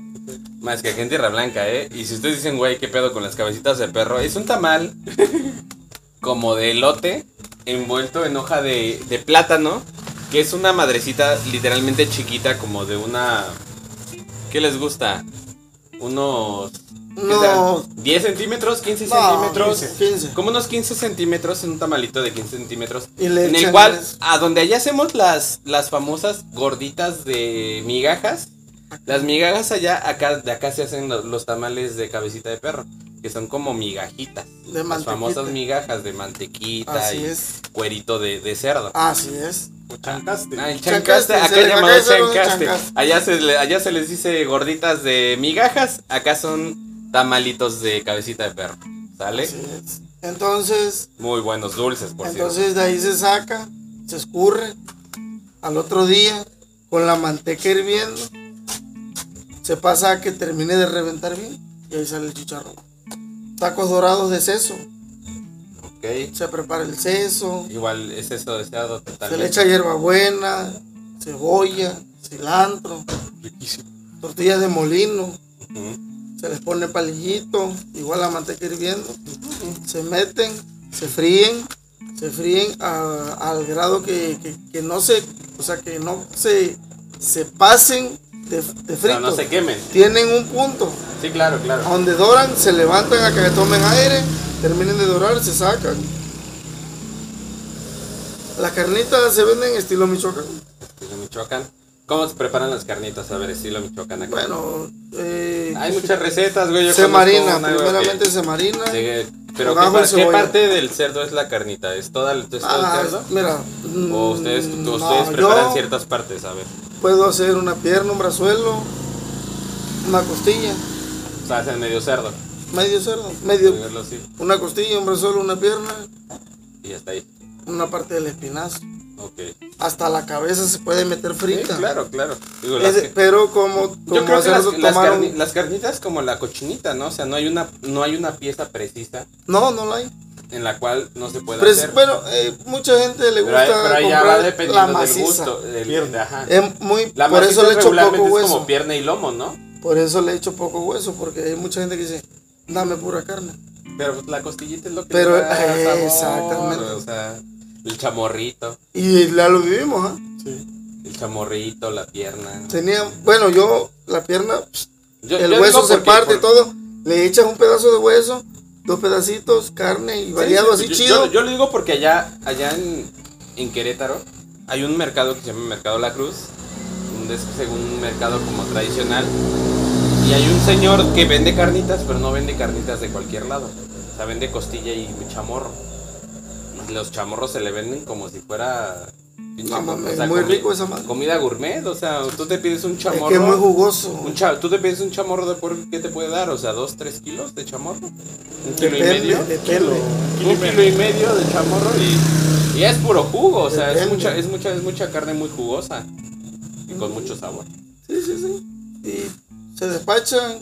más que aquí en Tierra Blanca, ¿eh? Y si ustedes dicen, güey, ¿qué pedo con las cabecitas de perro? Es un tamal como de elote envuelto en hoja de, de plátano, que es una madrecita literalmente chiquita, como de una... ¿Qué les gusta? Unos... ¿qué Unos- serán? ¿10 centímetros? ¿15 No, centímetros? 15. Como unos 15 centímetros en un tamalito de 15 centímetros. Y le en el echan cual, las- a donde allá hacemos las, las famosas gorditas de migajas. Las migajas allá, acá, de acá se hacen lo- los, tamales de cabecita de perro. Que son como migajitas. De las mantequita. famosas migajas de mantequita Así y es. cuerito de, de cerdo. Así es. O chancaste. Ah, el chancaste, Chancaste, acá se le- llamado acá se llama chancaste. chancaste. Allá se, le- allá se les dice gorditas de migajas, acá son tamalitos de cabecita de perro. ¿Sale? Así es. Entonces, Muy buenos dulces, por cierto. Entonces de ahí se saca, se escurre. Al otro día, con la manteca hirviendo, se pasa a que termine de reventar bien. Y ahí sale el chicharrón. Tacos dorados de seso. Ok. Ok. Se prepara el seso, Igual es eso deseado se le totalmente. echa hierbabuena, cebolla, cilantro, Riquísimo. tortillas de molino, Ujú. se les pone palillito, igual la manteca hirviendo, se meten, se fríen, se fríen a- al grado que, que- que no se, o sea, que no se, se pasen de, de Pero fritos. no se quemen. Tienen un punto, Sí, claro, a claro. donde doran, se levantan a que tomen aire, terminen de dorar, se sacan. Las carnitas se venden estilo Michoacán. Estilo Michoacán. ¿Cómo se preparan las carnitas? A ver, estilo Michoacán acá. Bueno, eh, Hay muchas recetas, güey. yo se conozco marina, una, güey, primeramente que- se marina. Sí, pero ¿qué, Con ajo y par- qué cebolla. parte del cerdo es la carnita? ¿Es, toda, es todo Ah, el cerdo? mira, ¿O ustedes, mm, o ustedes no, preparan yo ciertas partes? A ver. Puedo hacer una pierna, un brazuelo, una costilla, O sea, hacen medio cerdo. medio cerdo, por medio, verlo así, una costilla, un brazuelo, una pierna, Y hasta ahí. una parte del espinazo. Ok. Hasta la cabeza se puede meter Sí, frita. claro, claro. Digo, Es las de- que- pero como, yo como creo que las, hacerlo las tomaron- carni- las carnitas como la cochinita, ¿no? O sea, no hay una, no hay una pieza precisa No, no la hay. en la cual no se pueda Pero es- hacer. bueno, eh, mucha gente le pero ahí, gusta pero ahí ya comprar va la dependiendo del maciza. gusto. del- Pierna. ajá. Es muy, La por maciza eso le echo regularmente poco es hueso. como pierna y lomo, ¿no? Por eso le echo poco hueso, porque hay mucha gente que dice, dame pura carne. Pero pues, la costillita es lo que Pero, le da sabor, exactamente. O sea, el chamorrito, Y ya lo vivimos, ¿ah? Sí. el chamorrito, la pierna. ¿no? Tenía, bueno, yo la pierna, pss, Yo- el yo hueso digo se porque- parte por- todo, le echas un pedazo de hueso, dos pedacitos, carne y sí, variado sí, así yo- chido. Yo, yo lo digo porque allá, allá en, en Querétaro hay un mercado que se llama Mercado La Cruz, un des- según un mercado como tradicional. Y hay un señor que vende carnitas, pero no vende carnitas de cualquier lado. O sea, vende costilla y chamorro. Y los chamorros se le venden como si fuera... No mames, muy rico esa madre. Comida gourmet, o sea, tú te pides un es chamorro... que es muy jugoso. Un cha- tú te pides un chamorro de puerco, ¿qué te puede dar? O sea, dos, tres kilos de chamorro. Un kilo y Depende, medio. Kilo, depende. kilo y Un kilo medio. y medio de chamorro y, y es puro jugo. O sea, es Depende. mucha, es, mucha, es mucha carne muy jugosa y con mucho sabor. Sí, sí, sí. Y se despachan,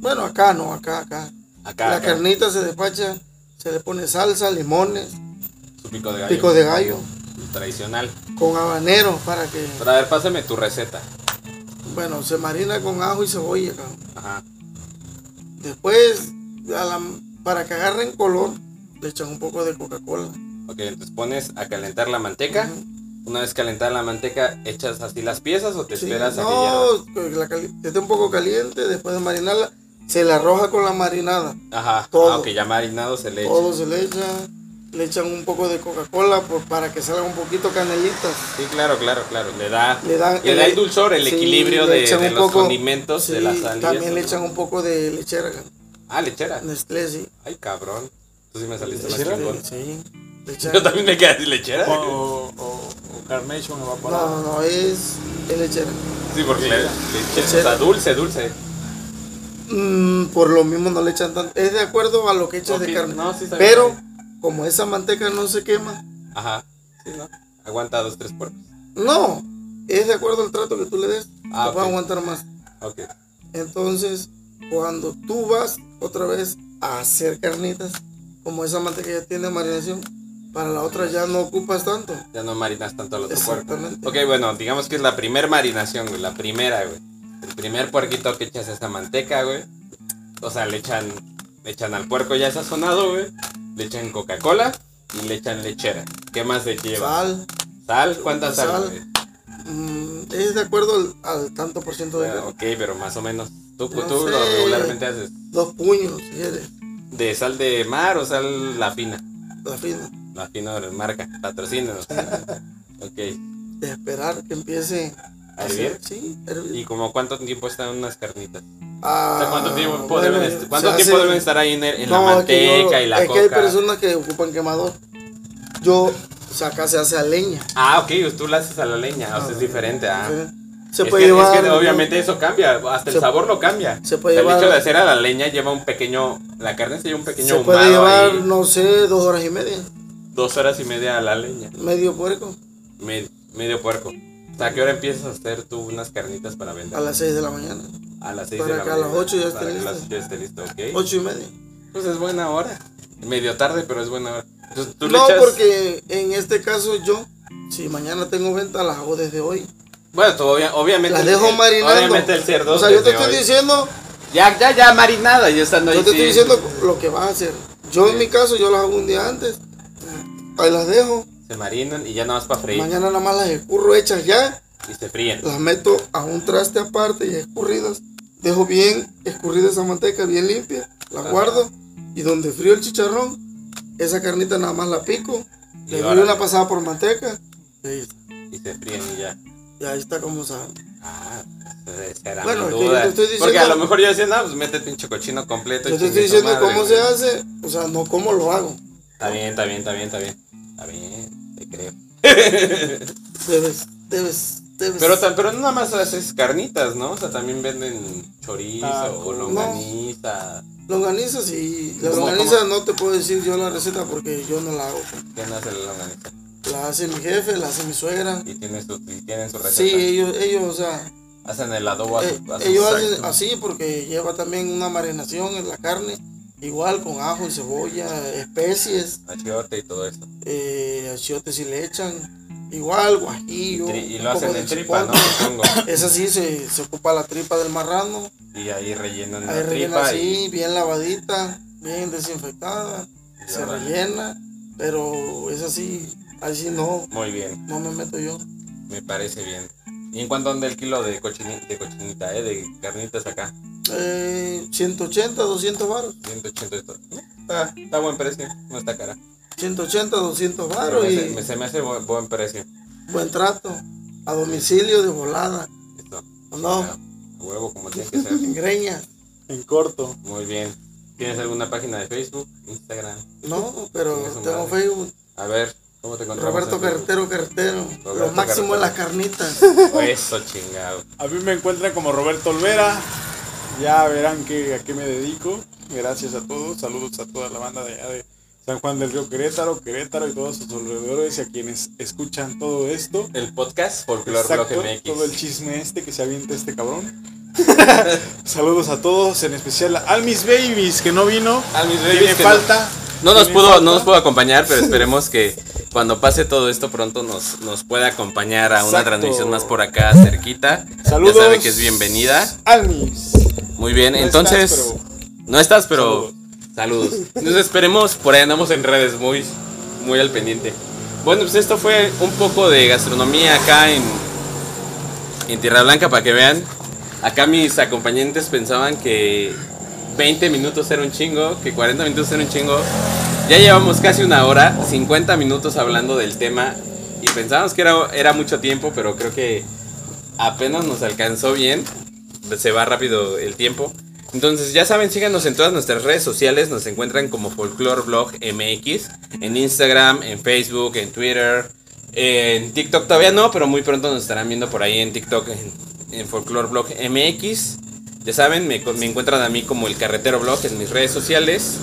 bueno, acá no, acá, acá. Acá, la acá, carnita se despacha, se le pone salsa, limones, su pico de gallo. pico de gallo, Tradicional. con habanero para que, Pero a ver, pásame tu receta. bueno, se marina con ajo y cebolla, cabrón. Ajá. Después, a la- para que agarren color, le echan un poco de Coca-Cola. Ok, entonces pones a calentar la manteca. Una vez calentada la manteca, ¿echas así las piezas o te Sí, esperas a que hierva? no, que la cali- que esté un poco caliente, después de marinarla, se la arroja con la marinada. Ajá. todo. Ah, ok, ya marinado se le echa. Todo se le echa, le echan un poco de Coca-Cola por- para que salga un poquito canelitas. Sí, claro, claro, claro. Le da, Le dan- le da el le- dulzor, el sí, equilibrio le de, echan de un los poco- condimentos, de la sí, sal. y También eso, le ¿no? echan un poco de lechera, Ah, lechera. Nestlé, sí. Este, Ay, cabrón. Tú sí me saliste más ¿Lechera? Oh. chingón. Sí, lechera. Yo también me quedé así, lechera. O, [LAUGHS] o, o- o Carnation evaporada. No, no, es, es lechera. Sí, porque le- lechera. O sea, Lechera. dulce, dulce. Mm, por lo mismo no le echan tanto. Es de acuerdo a lo que echas Ok, de carne. no, sí sabía Pero que como esa manteca no se quema, Ajá. Sí, ¿no? Aguanta dos, tres puercos. no, es de acuerdo al trato que tú le des, Ah, te va ok. a aguantar más. Ok. Entonces, cuando tú vas otra vez a hacer carnitas, como esa manteca ya tiene marinación, para la otra ya no ocupas tanto. Ya no marinas tanto al otro puerco. Exactamente. Ok, bueno, digamos que es la primer marinación, güey. La primera, güey. El primer puerquito que echas a esa manteca, güey. O sea, le echan, le echan al puerco ya sazonado, güey. Le echan Coca-Cola y le echan lechera. ¿Qué más le lleva? Sal, ¿Sal? ¿Cuánta sal? Sal. güey? mm, es de acuerdo al, al tanto por ciento de Ah, grasa. ok, pero más o menos. Tú, No tú lo sé. regularmente haces. Dos puños, si quieres, ¿De sal de mar o sal la fina? la fina. La fina de marca, [LAUGHS] patrocínanos. ok. De esperar que empiece ¿A hervir? Sí, hervir. ¿Y como cuánto tiempo están unas carnitas? O Ah, sea, ¿Cuánto tiempo, bueno, deben, est- se cuánto hace- tiempo deben estar ahí en, el- en No, la es que yo- manteca y la Es coca? que hay personas que ocupan quemador. Yo, o sea, acá se hace a leña. Ah, ok, tú la haces a la leña, o sea, es Ah, diferente. ah. Se es, puede que, es llevar. que obviamente eso cambia, hasta el Se- sabor lo cambia. se puede El llevar- hecho de hacer a la leña lleva un pequeño, la carne se lleva un pequeño Se puede ahumado llevar, ahí, no sé, dos horas y media. dos horas y media a la leña. Medio puerco. Med- medio puerco. O sea, ¿a qué hora empiezas a hacer tú unas carnitas para vender? A las 6 de la mañana. A las 6 de para la que a las mañana. ocho ya esté Para que a listo. las ocho ya esté listo, ok. Ocho y media. Pues es buena hora. medio tarde, pero es buena hora. Entonces, ¿tú le No, echas- porque en este caso yo, si mañana tengo venta, las hago desde hoy. Bueno, tú obvia- obviamente. Las el- dejo el- marinando. Obviamente el cerdo. O sea, yo te desde estoy hoy. diciendo, Ya, ya, ya, marinada. Yo estando ahí. yo te sí. estoy diciendo lo que vas a hacer. Yo en mi caso, yo las hago un día antes. Ahí las dejo. Se marinan y ya nada más para freír. Mañana nada más las escurro hechas ya. Y se fríen. Las meto a un traste aparte y escurridas. Dejo bien escurrida esa manteca, bien limpia. La Ajá. guardo. Y donde frío el chicharrón, esa carnita nada más la pico. Y Le doy órale. una pasada por manteca. Y ahí está. Y se fríen y ya. Y ahí está como sabe. Ah, pues, será Bueno, mi es que yo duda. te estoy diciendo- Porque a lo mejor yo decía, no, pues mete el pinche cochino completo. Yo te chingue estoy tu diciendo madre, cómo güey. se hace, o sea, no cómo lo hago. Está bien, está bien, está bien, está bien. Está bien, te creo. Debes, debes, debes. Pero, tan- pero no nada más haces carnitas, ¿no? O sea, también venden chorizo Taco. o longaniza. longaniza, sí. La ¿Cómo, longaniza no te puedo decir yo la receta porque yo no la hago. ¿Quién hace la longaniza? La hace mi jefe, la hace mi suegra. Y tienen su, y tienen su receta. Sí, ellos, ellos, o sea, Hacen el adobo a su- eh, a su- ellos Exacto. hacen así porque lleva también una marinación en la carne, igual con ajo y cebolla, especies, achiote y todo eso. eh, achiote si le echan, igual Y, guajillo. tri- y lo un poco hacen de en tripa, ¿no? chipotle. Supongo. Esa sí se, se ocupa la tripa del marrano. Y ahí rellenan Ahí la rellena tripa. así, Y, bien lavadita, bien desinfectada, y se órale. rellena, pero es así, así no, Muy bien, no me meto yo. me parece bien. ¿Y en cuánto anda el kilo de, cochini- de cochinita, eh? De carnitas acá. Eh, 180, 200 varos, 180 y todo. Está, está buen precio, no está cara. 180, 200 Pero varos me, y se- me- se me hace buen, buen precio. buen trato, a domicilio de volada, Esto. ¿o no? Ah, huevo, como tiene que ser. En greña, En corto. Muy bien. ¿Tienes alguna página de Facebook, Instagram? no, pero Chingue su tengo madre. Facebook, A ver, ¿cómo te encontramos? Roberto en Facebook? Carretero Carretero, lo Roberto máximo Carretero. en las carnitas. [LAUGHS] Eso, chingado. A mí me encuentran como Roberto Olvera. Ya verán que, a qué me dedico. Gracias a todos. Saludos a toda la banda de allá de San Juan del Río Querétaro, Querétaro y todos sus alrededores y a quienes escuchan todo esto. El podcast Folklore Blog Exacto, MX. todo el chisme este que se avienta este cabrón. [LAUGHS] Saludos a todos, en especial a mis babies que no vino. Al mis Tiene babies que falta. No nos tiene pudo, falta. no nos pudo acompañar, [LAUGHS] pero esperemos que cuando pase todo esto pronto nos, nos pueda acompañar a una Exacto. transmisión más por acá cerquita. Saludos. Ya sabe que es bienvenida. Almis. Muy bien, No entonces. estás, No estás, pero. Saludos. Nos esperemos, por ahí andamos en redes muy, muy al pendiente. Bueno, pues esto fue un poco de gastronomía acá en, en Tierra Blanca para que vean. Acá mis acompañantes pensaban que 20 minutos era un chingo, que 40 minutos era un chingo. Ya llevamos casi una hora, 50 minutos hablando del tema y pensábamos que era, era mucho tiempo, pero creo que apenas nos alcanzó bien. Se va rápido el tiempo. Entonces, ya saben, síganos en todas nuestras redes sociales. Nos encuentran como Folklore Blog MX. En Instagram, en Facebook, en Twitter. En TikTok todavía no, pero muy pronto nos estarán viendo por ahí en TikTok, en, en Folklore Blog MX. Ya saben, me, me encuentran a mí como el Carretero Blog en mis redes sociales.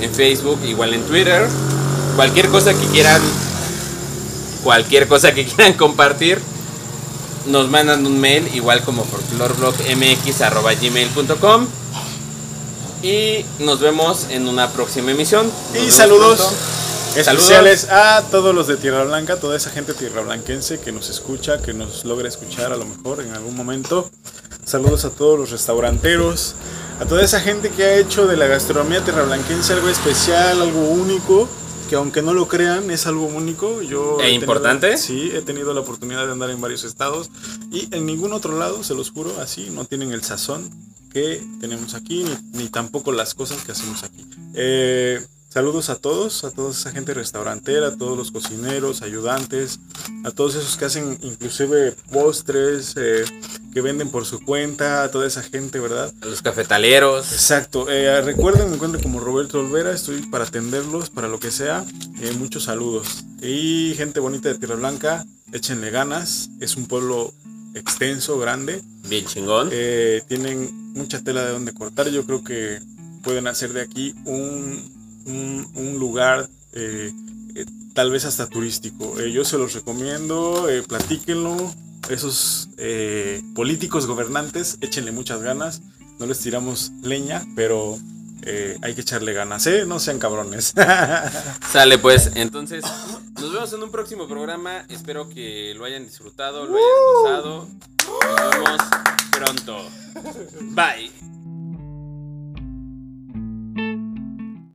En Facebook, igual en Twitter. Cualquier cosa que quieran. Cualquier cosa que [LAUGHS] quieran compartir nos mandan un mail igual como folklorblogmx@gmail.com y nos vemos en una próxima emisión. Nos Y vemos saludos pronto. especiales a todos los de Tierra Blanca, toda esa gente tierrablanquense que nos escucha, que nos logra escuchar a lo mejor en algún momento. Saludos a todos los restauranteros, a toda esa gente que ha hecho de la gastronomía tierrablanquense algo especial, algo único, que aunque no lo crean es algo único. Yo E he tenido- importante. sí, he tenido la oportunidad de andar en varios estados y en ningún otro lado, se los juro, así no tienen el sazón que tenemos aquí, ni, ni tampoco las cosas que hacemos aquí. Eh, saludos a todos, a toda esa gente restaurantera, a todos los cocineros, ayudantes, a todos esos que hacen inclusive postres, eh, que venden por su cuenta, a toda esa gente, ¿verdad? A los cafetaleros. Exacto. eh, recuerden, me encuentro como Roberto Olvera, estoy para atenderlos, para lo que sea. eh, muchos saludos. Y gente bonita de Tierra Blanca, échenle ganas, es un pueblo extenso, grande. Bien chingón. Eh, tienen mucha tela de donde cortar. Yo creo que pueden hacer de aquí un, un- un lugar eh, eh, tal vez hasta turístico. Eh, yo se los recomiendo, eh, platíquenlo. Esos eh, políticos gobernantes, échenle muchas ganas. No les tiramos leña, pero eh, hay que echarle ganas, ¿eh? No sean cabrones. [LAUGHS] Sale pues, entonces nos vemos en un próximo programa. Espero que lo hayan disfrutado, lo hayan gozado. Nos vemos pronto. Bye.